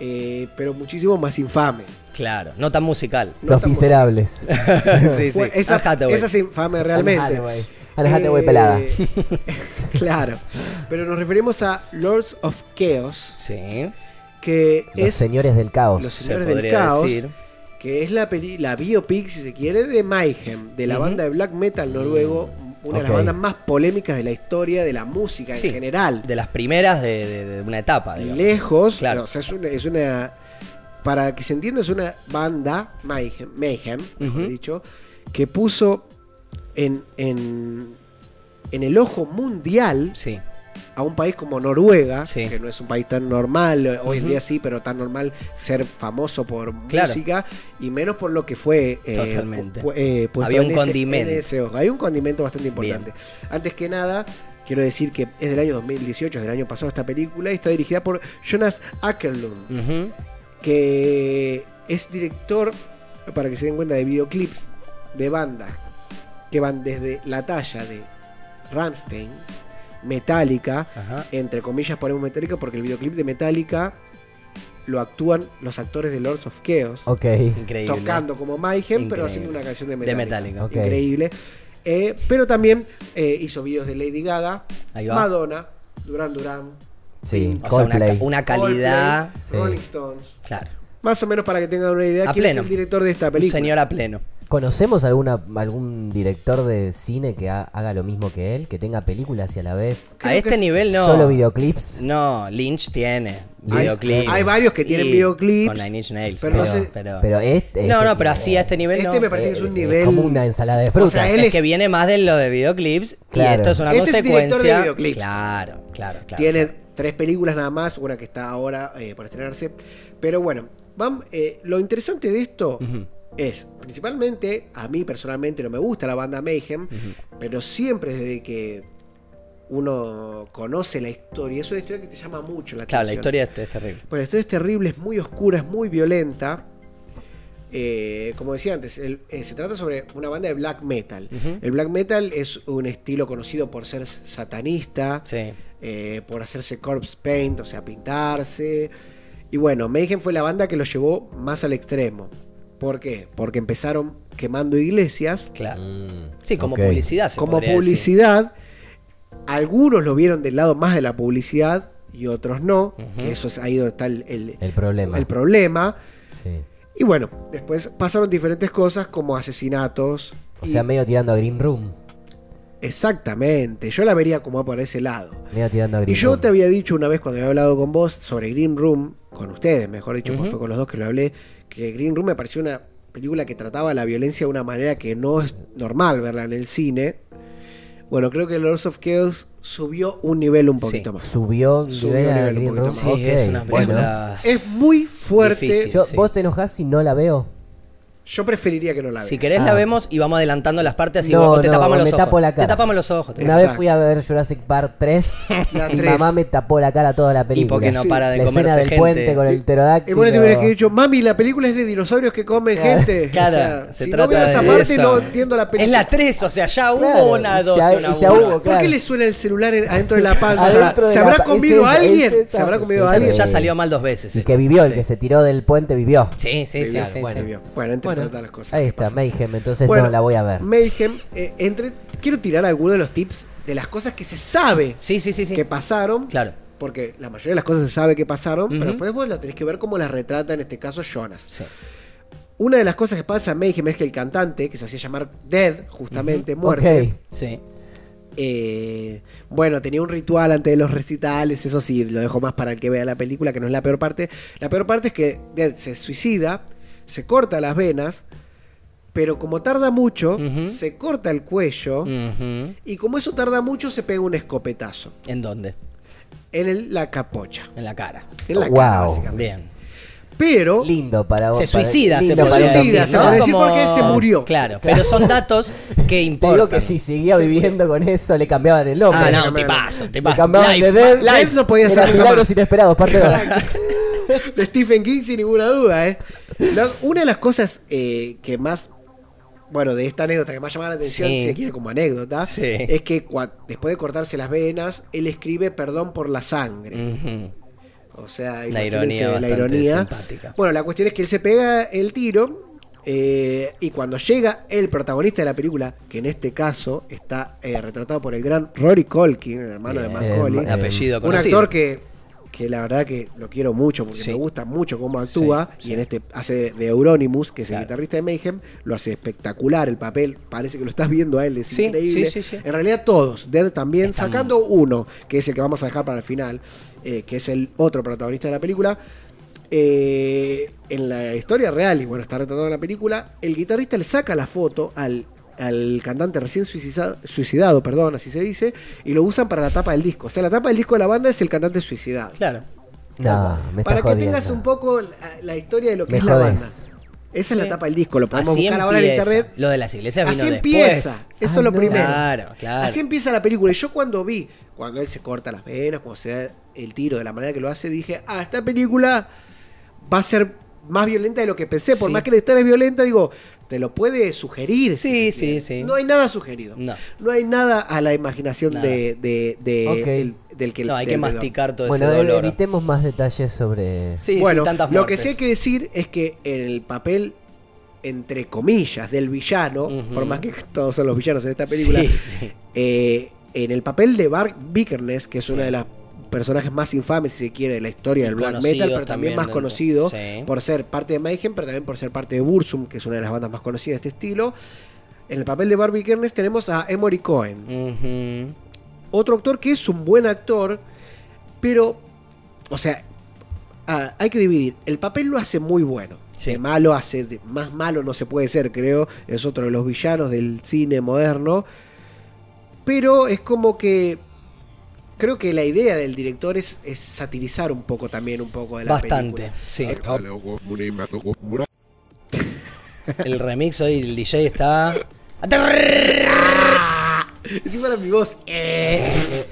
eh, pero muchísimo más infame.
Claro, no tan musical.
No
Los
tan
miserables.
sí, sí.
Bueno, esa,
Anne Hathaway.
esa es infame realmente.
Anne Hathaway. Anne Hathaway
Eh,
pelada.
claro. Pero nos referimos a Lords of Chaos,
Sí,
que
Los
es
señores del caos.
los-
se
Señores del
podría
Caos.
decir.
que es la, peli- la biopic, si se quiere, de Mayhem, de la
Ujú.
banda de black metal noruego, una de las
ok.
bandas más polémicas de la historia de la música
Sí.
en general.
De las primeras de, de- de una etapa, digamos.
Lejos,
Claro.
o sea, es una, es una- para que se entienda, es una banda, Mayhem, Mayhem, mejor
Ujú.
dicho, que puso en, en, en el ojo mundial
Sí,
a un país como Noruega,
Sí.
que no es un país tan normal, eh, hoy en
Ujú.
día sí, pero tan normal ser famoso por
Claro.
música y menos por lo que fue. eh,
Totalmente.
pu- eh, puesto
Había un
en ese-
condimento.
en ese ojo. Hay un condimento bastante importante. Antes que nada, quiero decir que es del año 2018, es del año pasado esta película y está dirigida por Jonas Ackerlund,
Ujú.
que es director, para que se den cuenta, de videoclips de bandas que van desde la talla de Rammstein, Metallica
Ajá.
entre comillas ponemos Metallica porque el videoclip de Metallica lo actúan los actores de Lords of Chaos
Ok.
Increíble.
tocando como Mayhem pero
Increíble.
haciendo una canción de
De
Metallica,
Metallica.
Ok.
increíble Eh, pero también eh, hizo videos de Lady Gaga
Ahí va.
Madonna Duran Duran
Sí.
O sea, una,
Coldplay.
una calidad.
Coldplay,
Sí.
Rolling Stones
Claro.
más o menos para que tengan una idea
A
quién
pleno.
es el director de esta
Un
película
señor a pleno.
¿Conocemos alguna, algún director de cine que ha- haga lo mismo que él? Que tenga películas y a la vez
Creo
a
que
este
es
nivel no.
solo videoclips.
No, Lynch tiene
Hay-
videoclips.
hay varios que tienen
Y
videoclips,
Con Nine Inch Nails.
pero no sé-
Pero este.
no,
este
no, pero
tiene-
así a este nivel
este
no.
me parece que es un nivel
como una ensalada de
sea,
frutas.
él
es
es-
que viene más de lo de videoclips y
Claro.
esto es una
Este es director de
consecuencia.
videoclips.
Claro, claro, claro.
Tiene tres películas nada más, una que está ahora eh, para estrenarse. Pero bueno, vam- eh, lo interesante de esto
Ujú.
es, principalmente, a mí personalmente no me gusta la banda Mayhem, pero siempre desde que uno conoce la historia, es una historia que te llama mucho la
Claro, la
atención.
historia es, es terrible.
Bueno, la historia es terrible, es muy oscura, es muy violenta. Eh, como decía antes, el- eh, se trata sobre una banda de black metal.
Ujú.
El black metal es un estilo conocido por ser satanista
Sí.
eh, por hacerse corpse paint, o sea, pintarse. Y bueno, Mayhem fue la banda que lo llevó más al extremo. ¿Por qué? Porque empezaron quemando iglesias
Claro.
Mm,
Sí, como
ok.
publicidad. se
como
podría decir.
publicidad. Algunos lo vieron del lado más de la publicidad y otros no.
Ujú.
que eso es ahí donde está el, el-
El problema.
el problema.
Sí.
Y bueno, después pasaron diferentes cosas como asesinatos.
O
y-
sea, medio tirando a Green Room.
Exactamente, yo la vería como por ese lado.
Medio tirando a
Y
Green
yo
Room.
te había dicho una vez cuando había hablado con vos sobre Green Room, con ustedes, mejor dicho,
Ujú.
porque fue con los dos que lo hablé, que Green Room me pareció una película que trataba la violencia de una manera que no es normal verla en el cine. Bueno, creo que Lords of Chaos subió un nivel un poquito más.
Subió un
Subió
nivel
un
a
nivel un
Green Room.
poquito
Sí, es
Ok,
una
bueno.
película.
Es muy fuerte.
Difícil.
Yo-
Sí.
¿Vos te enojás si no la veo?
Yo preferiría que no la veas.
Si querés la
Ah.
vemos y vamos adelantando las partes y
No,
vos te
no,
tapamos
me
los
tapo
ojos.
la
Te
cara.
tapamos los ojos. te-
Una
Exacto.
vez fui a ver Jurassic Park 3
La
y
3.
mamá me tapó la cara toda la película.
porque no
Sí.
para de
la escena
comerse
del
gente.
puente con el
Y
pterodáctilo.
bueno, te hubieras que dicho, mami, la película es de dinosaurios que comen
Claro.
gente. O
Claro,
sea,
se
si
trata
no veo esa
de
parte,
eso.
no entiendo la película.
Es la 3, o sea, ya hubo
Claro,
una
ya-
2, una
ya
1.
hubo,
¿Por qué
Claro.
le suena el celular en- adentro de la panza?
Adentro de
¿Se
la
habrá
pa-
comido
es
a
esa, es
alguien?
esa.
¿Se habrá comido a
Claro,
alguien?
Ya
Eh,
salió mal dos veces.
Y
eh.
que vivió, el
Sí.
que se tiró del puente vivió.
Sí, sí, sí.
Vivió,
sí,
bueno,
sí.
vivió. Bueno, entre
Bueno,
todas las cosas.
Ahí
que
está,
pasan.
Mayhem, entonces
Bueno,
no la voy a ver.
Mayhem, eh, entre, quiero tirar algunos de los tips de las cosas que se sabe
Sí, sí, sí, sí.
que pasaron.
Claro.
porque la mayoría de las cosas se sabe que pasaron,
Ujú.
pero después vos la tenés que ver cómo la retrata, en este caso, Jonas.
Sí.
Una de las cosas que pasa a Mayhem es que el cantante, que se hacía llamar Dead, justamente, muerte,
Sí.
eh, bueno, tenía un ritual antes de los recitales, eso sí, lo dejo más para el que vea la película, que no es la peor parte. La peor parte es que Dead se suicida, se corta las venas, pero como tarda mucho,
Ujú. Mm.
se corta el cuello,
Ujú.
y como eso tarda mucho, se pega un escopetazo
¿En dónde?
en el- la capocha.
En la cara.
En la
Wow.
cara, básicamente.
Oh, Bien.
Pero
Ok. Lindo para vos.
Se
para-
suicida, se,
lindo
se
para un
suicida,
suicida,
domingo.
se puede decir
Como-
porque se murió.
Claro, pero son datos que
Te
importan.
digo que si seguía viviendo con eso, le cambiaban el nombre.
Ah,
Hombre,
no,
hombre.
te paso, te
Le
paso.
cambiaban
Life,
de Dead.
life.
Dead no podía
Era
ser nunca
Milagros
más.
Inesperados, parte dos.
de Stephen King sin ninguna duda, ¿eh? La- una de las cosas eh, que más, bueno, de esta anécdota que más llamaba la atención,
Sí.
si se quiere como anécdota,
Sí.
es que cua- después de cortarse las venas, él escribe perdón por la sangre.
Ujú.
O sea,
Mm. La
imagínense
ironía
la
bastante
ironía.
simpática.
Bueno, la cuestión es que él se pega el tiro eh, y cuando llega el protagonista de la película, que en este caso está eh, retratado por el gran Rory Colkin, el hermano
Bien.
de Macaulay,
El- el-
Eh, Apellido
un
conocido.
actor que, que la verdad que lo quiero mucho porque
Sí.
me gusta mucho cómo actúa
Sí,
y
sí.
en este hace de Euronymous, que es
Claro.
el guitarrista de Mayhem, lo hace espectacular el papel, parece que lo estás viendo a él, es
Sí,
increíble.
sí, sí, sí.
En realidad todos, Dead también,
Están-
sacando uno, que es el que vamos a dejar para el final, eh, que es el otro protagonista de la película. eh, en la historia real, y bueno, está retratado en la película, el guitarrista le saca la foto al, al cantante recién suicidado, suicidado, perdón, así se dice, y lo usan para la tapa del disco. O sea, la tapa del disco de la banda es el cantante suicidado.
Claro.
No, me estás
Para que
jodiendo.
tengas un poco la, la historia de lo que
Me
es la banda.
jodés.
Esa es
Sí.
la tapa del disco, lo podemos
Así
buscar ahora en
empieza.
internet.
Lo de las iglesias vino
Así
después.
empieza, eso
Ah,
es lo
no.
primero.
Claro, claro.
Así em- empieza la película. Y yo cuando vi, cuando él se corta las venas, cuando se da el tiro de la manera que lo hace, dije, ah, esta película va a ser más violenta de lo que pensé. Por
Sí.
más que la historia es violenta, digo, te lo puede sugerir. si se
Sí, sí,
quiere.
sí.
No hay nada sugerido.
No.
No hay nada a la imaginación
Nada.
de, de- de-
Ok.
del- del que
No, hay que
del- del-
masticar todo
Bueno,
ese
eh,
dolor.
evitemos más detalles sobre.
Sí,
bueno,
sí, tantas
lo que
muertes.
sí hay que decir es que el papel entre comillas del villano,
Ujú.
por más que todos son los villanos en esta película,
Sí, sí.
eh, en el papel de Bart Vickerness, que es
Sí.
uno de los personajes más infames, si se quiere, de la historia del
Y
black metal,
conocidos
pero también
también
más
dentro.
conocido
Sí.
por ser parte de Mayhem, pero también por ser parte de Bursum, que es una de las bandas más conocidas de este estilo. En el papel de Bart Vickerness tenemos a Emory Cohen,
Ujú.
otro actor que es un buen actor, pero, o sea, ah, hay que dividir. El papel lo hace muy bueno.
Sí.
De malo hace, de- más malo no se puede ser, creo. Es otro de los villanos del cine moderno. Pero es como que. Creo que la idea del director es, es satirizar un poco también, un poco de la
Bastante,
película.
sí.
Dale, ojo, muni, mato, ojo, mura.
El remix hoy del DJ está.
Encima era ¡Ah! mi voz. eh.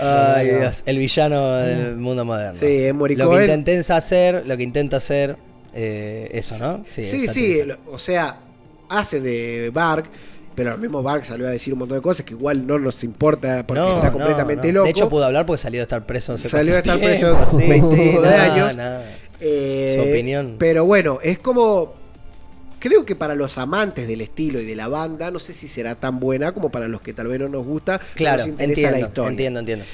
Ay, Dios. El villano del mundo moderno.
Sí, es
Lo que
Morricone.
intenta hacer, lo que intenta hacer. eh, eso, ¿no?
Sí,
es
sí,
satirizar.
lo- o sea, hace de Bark, pero el mismo Bark salió a decir un montón de cosas que igual no nos importa porque
No,
está
no,
completamente
no.
loco.
De hecho, pudo hablar porque salió de estar preso. No sé
Salió de
cuánto
estar preso
tiempo,
20
no,
años.
no.
Eh,
su opinión.
Pero bueno, es como. Creo que para los amantes del estilo y de la banda, no sé si será tan buena como para los que tal vez no nos gusta, pero
Claro,
nos interesa
entiendo,
la historia.
entiendo, entiendo.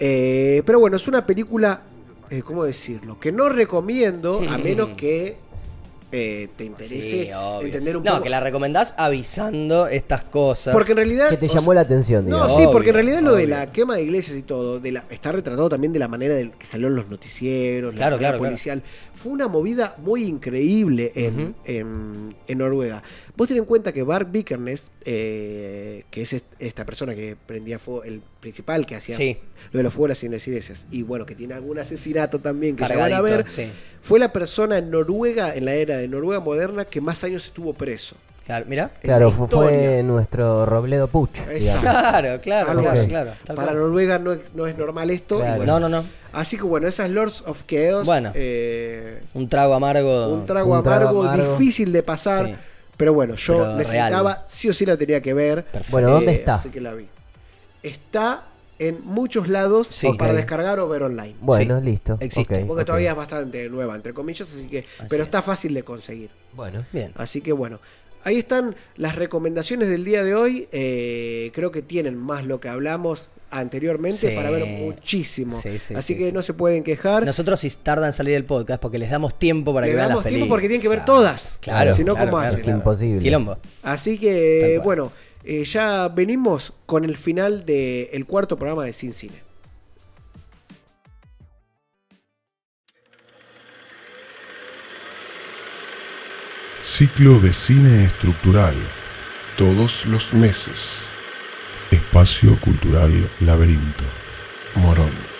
Eh, pero bueno, es una película, eh, ¿cómo decirlo? Que no recomiendo a menos que eh, te interese
Sí, obvio.
entender un
no,
poco.
que la recomendás avisando estas cosas.
Porque en realidad.
Que te
o sea,
llamó la atención,
No,
digamos. Oh,
sí,
Obvio,
porque en realidad lo de
obvio.
la quema de iglesias y todo, de la, está retratado también de la manera del que salieron los noticieros, la
Claro,
manera
claro, claro.
policial. Fue una movida muy increíble en,
Ujú.
en- en Noruega. Vos tenés en cuenta que Bart Vikernes, eh, que es est- esta persona que prendía fuego, el principal que hacía
Sí.
lo de los fuegos en las iglesias, y bueno, que tiene algún asesinato también que llegaron a
Cargadito,
ver,
sí.
fue la persona en Noruega, en la era de Noruega moderna, que más años estuvo preso.
Claro, mira.
en
Claro,
la
fu-
historia.
fue nuestro Robledo Puch.
Exacto.
digamos.
Claro, claro,
Algo
claro,
así.
claro. tal
Para
cual.
Noruega no es, no es normal esto. y
Claro.
bueno,
No, no, no.
Así que bueno, esas Lords of Chaos.
Bueno.
eh,
Un trago amargo.
un trago
Un trago
amargo,
amargo.
difícil de pasar.
Sí.
Pero bueno, yo
Pero
necesitaba,
real.
sí o sí la tenía que ver. Eh,
Bueno, ¿dónde está?
Así que la vi. Está en muchos lados
Sí.
para
Ok.
descargar o ver online.
Bueno,
Sí.
listo.
Existe,
ok,
Porque
ok.
todavía es bastante nueva, entre comillas, así que.
Así
pero
es.
está fácil de conseguir.
Bueno,
Bien.
Así que bueno. Ahí están las recomendaciones del día de hoy. Eh, creo que tienen más lo que hablamos anteriormente
Sí.
para ver muchísimo.
Sí, sí,
Así
sí,
que
sí.
no se pueden quejar.
Nosotros si tardan en salir el podcast porque les damos tiempo para
Le
que vean
damos
las
tiempo
películas.
porque tienen que ver
Claro.
todas.
Claro.
Si no,
claro,
¿cómo
claro,
hacen?
claro.
Imposible.
Quilombo.
Así
Tal
que,
cual.
bueno, eh, ya venimos con el final del cuarto programa de Sin Cine.
Ciclo de cine estructural.
Todos los meses.
Espacio Cultural Laberinto.
Morón.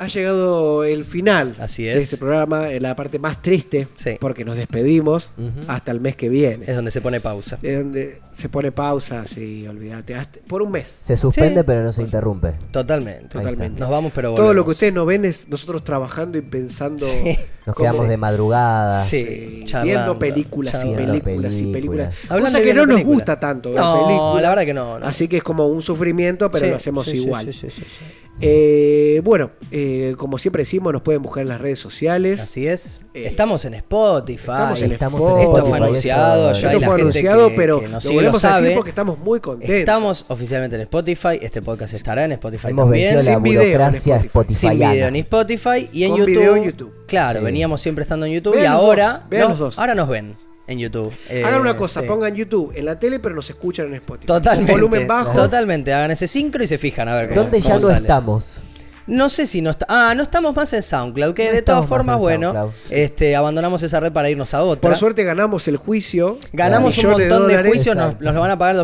Ha llegado el final
Así
de
es.
este programa, en la parte más triste,
Sí.
porque nos despedimos
Ujú.
hasta el mes que viene.
Es donde se pone pausa.
Es donde se pone pausa, sí, olvídate, hasta- por un mes.
Se suspende
Sí.
pero no se interrumpe.
Totalmente.
Totalmente.
Nos vamos, pero
Todo lo que
volvemos.
ustedes no ven es nosotros trabajando y pensando,
Sí.
Nos
¿Cómo?
quedamos de madrugada.
Sí,
eh, viendo
charlando,
películas y
charlando.
películas y películas.
películas.
Hablando
Cosa
de
que no
viendo
nos
películas.
gusta tanto. ver
No,
películas.
la verdad que no, no.
Así que es como un sufrimiento, pero
Sí,
lo hacemos
sí, sí,
igual.
sí, sí, sí, sí.
Eh, bueno, eh, como siempre decimos, nos pueden buscar en las redes sociales.
Así es.
Eh,
estamos en Spotify.
estamos en
Estamos
Spotify.
Esto fue
Spotify,
anunciado,
esto-
ya
Esto
hay la
fue
gente
anunciado,
que-
pero
que nos
lo
sigue, lo
volvemos a decir
sabe.
porque estamos muy contentos.
Estamos oficialmente en Spotify. Este podcast estará en Spotify
Hemos
también.
vencido la
sin video en
burocracia
Spotify.
sin
spotifyana.
video ni Spotify y en
Con
YouTube.
video en YouTube.
Claro,
Sí.
veníamos siempre estando en YouTube
Vean
y
los
ahora
dos, vean
no,
los dos.
ahora nos ven en YouTube. Eh,
Hagan una cosa,
sí.
pongan YouTube en la tele, pero nos escuchan en Spotify.
totalmente
Con volumen bajo.
Totalmente, hagan ese sincro y se fijan a ver cómo,
¿Dónde ya
cómo
no
sale.
estamos?
No sé si no está. Ah, no estamos más en SoundCloud, que
No
de
estamos
todas
más
formas,
en
bueno,
SoundCloud.
este, abandonamos esa red para irnos a otra.
Por suerte ganamos el juicio.
Ganamos un
Millones
montón de,
dólares.
juicios, nos,
Exacto.
nos lo van a pagar en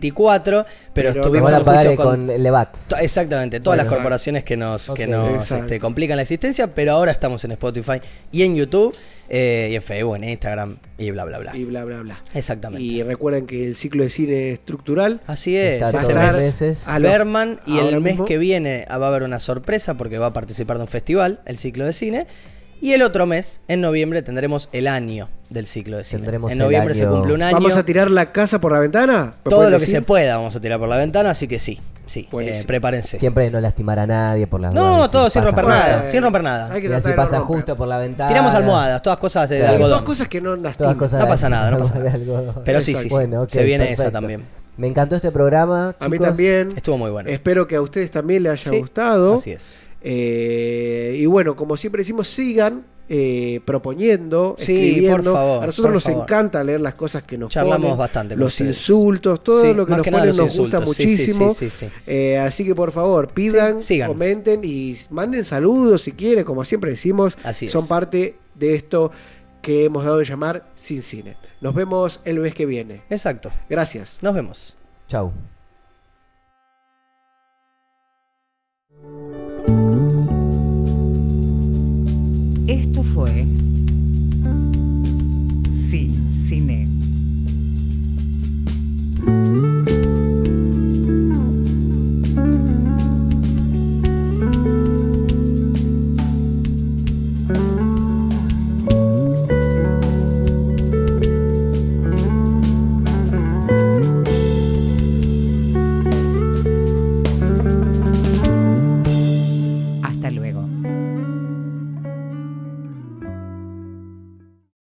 2034, pero,
Pero nos
Nos
estuvimos
van
en
a pagar
juicio
eh, con, Levax.
To- Exactamente, todas las
Exacto.
corporaciones que nos, que
Ok.
nos
Exacto.
este, complican la existencia, pero ahora estamos en Spotify y en YouTube, eh, y en Facebook, en Instagram y bla, bla, bla.
Y bla, bla, bla.
Exactamente.
Y recuerden que el ciclo de cine estructural.
Así es,
va
Está
a
este
todas
estar
las
mes
veces.
a lo-
Berman y
ahora
el mes
mismo.
que viene ah, va a haber una sorpresa porque va a participar de un festival, el ciclo de cine. Y el otro mes, en noviembre, tendremos el año del ciclo de cine.
Tendremos
en
el
noviembre se
año.
cumple un año.
¿Vamos a tirar la casa por la ventana? ¿Me
todo
pueden
lo que
decir?
se pueda vamos a tirar por la ventana, así que sí, sí, eh,
Buenísimo.
prepárense.
Siempre no lastimar a nadie por las
No,
dudas, y
todo
si
sin
pasa
romper
por-
nada,
Eh,
sin romper nada.
hay que
y
tratar
así
de no
pasa
romper.
justo por la ventana.
Tiramos almohadas, todas cosas de,
Sí,
de
Hay
algodón.
Dos cosas que no lastiman.
Todas cosas
No pasa nada, no pasa nada.
de algodón.
Pero sí, sí, sí.
Exacto.
Bueno, ok,
se viene esa
perfecto.
también.
Me encantó este programa.
A mí
chicos.
también.
Estuvo muy bueno.
Espero que a ustedes también les haya
Sí,
gustado.
Así es.
Eh, y bueno, como siempre decimos, sigan eh, proponiendo,
Sí,
escribiendo.
por favor,
a nosotros
por
nos
favor.
encanta leer las cosas que nos
Charlamos
ponen,
bastante con
Los
ustedes.
insultos, todo
Sí,
lo que
más
nos
que nada
ponen
los
nos gusta
insultos. Sí, sí,
muchísimo.
sí, sí, sí.
Eh, así que por favor, pidan,
Sí, sigan.
comenten y manden saludos si quieren, como siempre decimos.
Así
son
es.
parte de esto que hemos dado de llamar Sin Cine. Nos vemos el mes que viene.
Exacto.
Gracias.
Nos vemos.
Chau.
Esto fue Sí, Cine.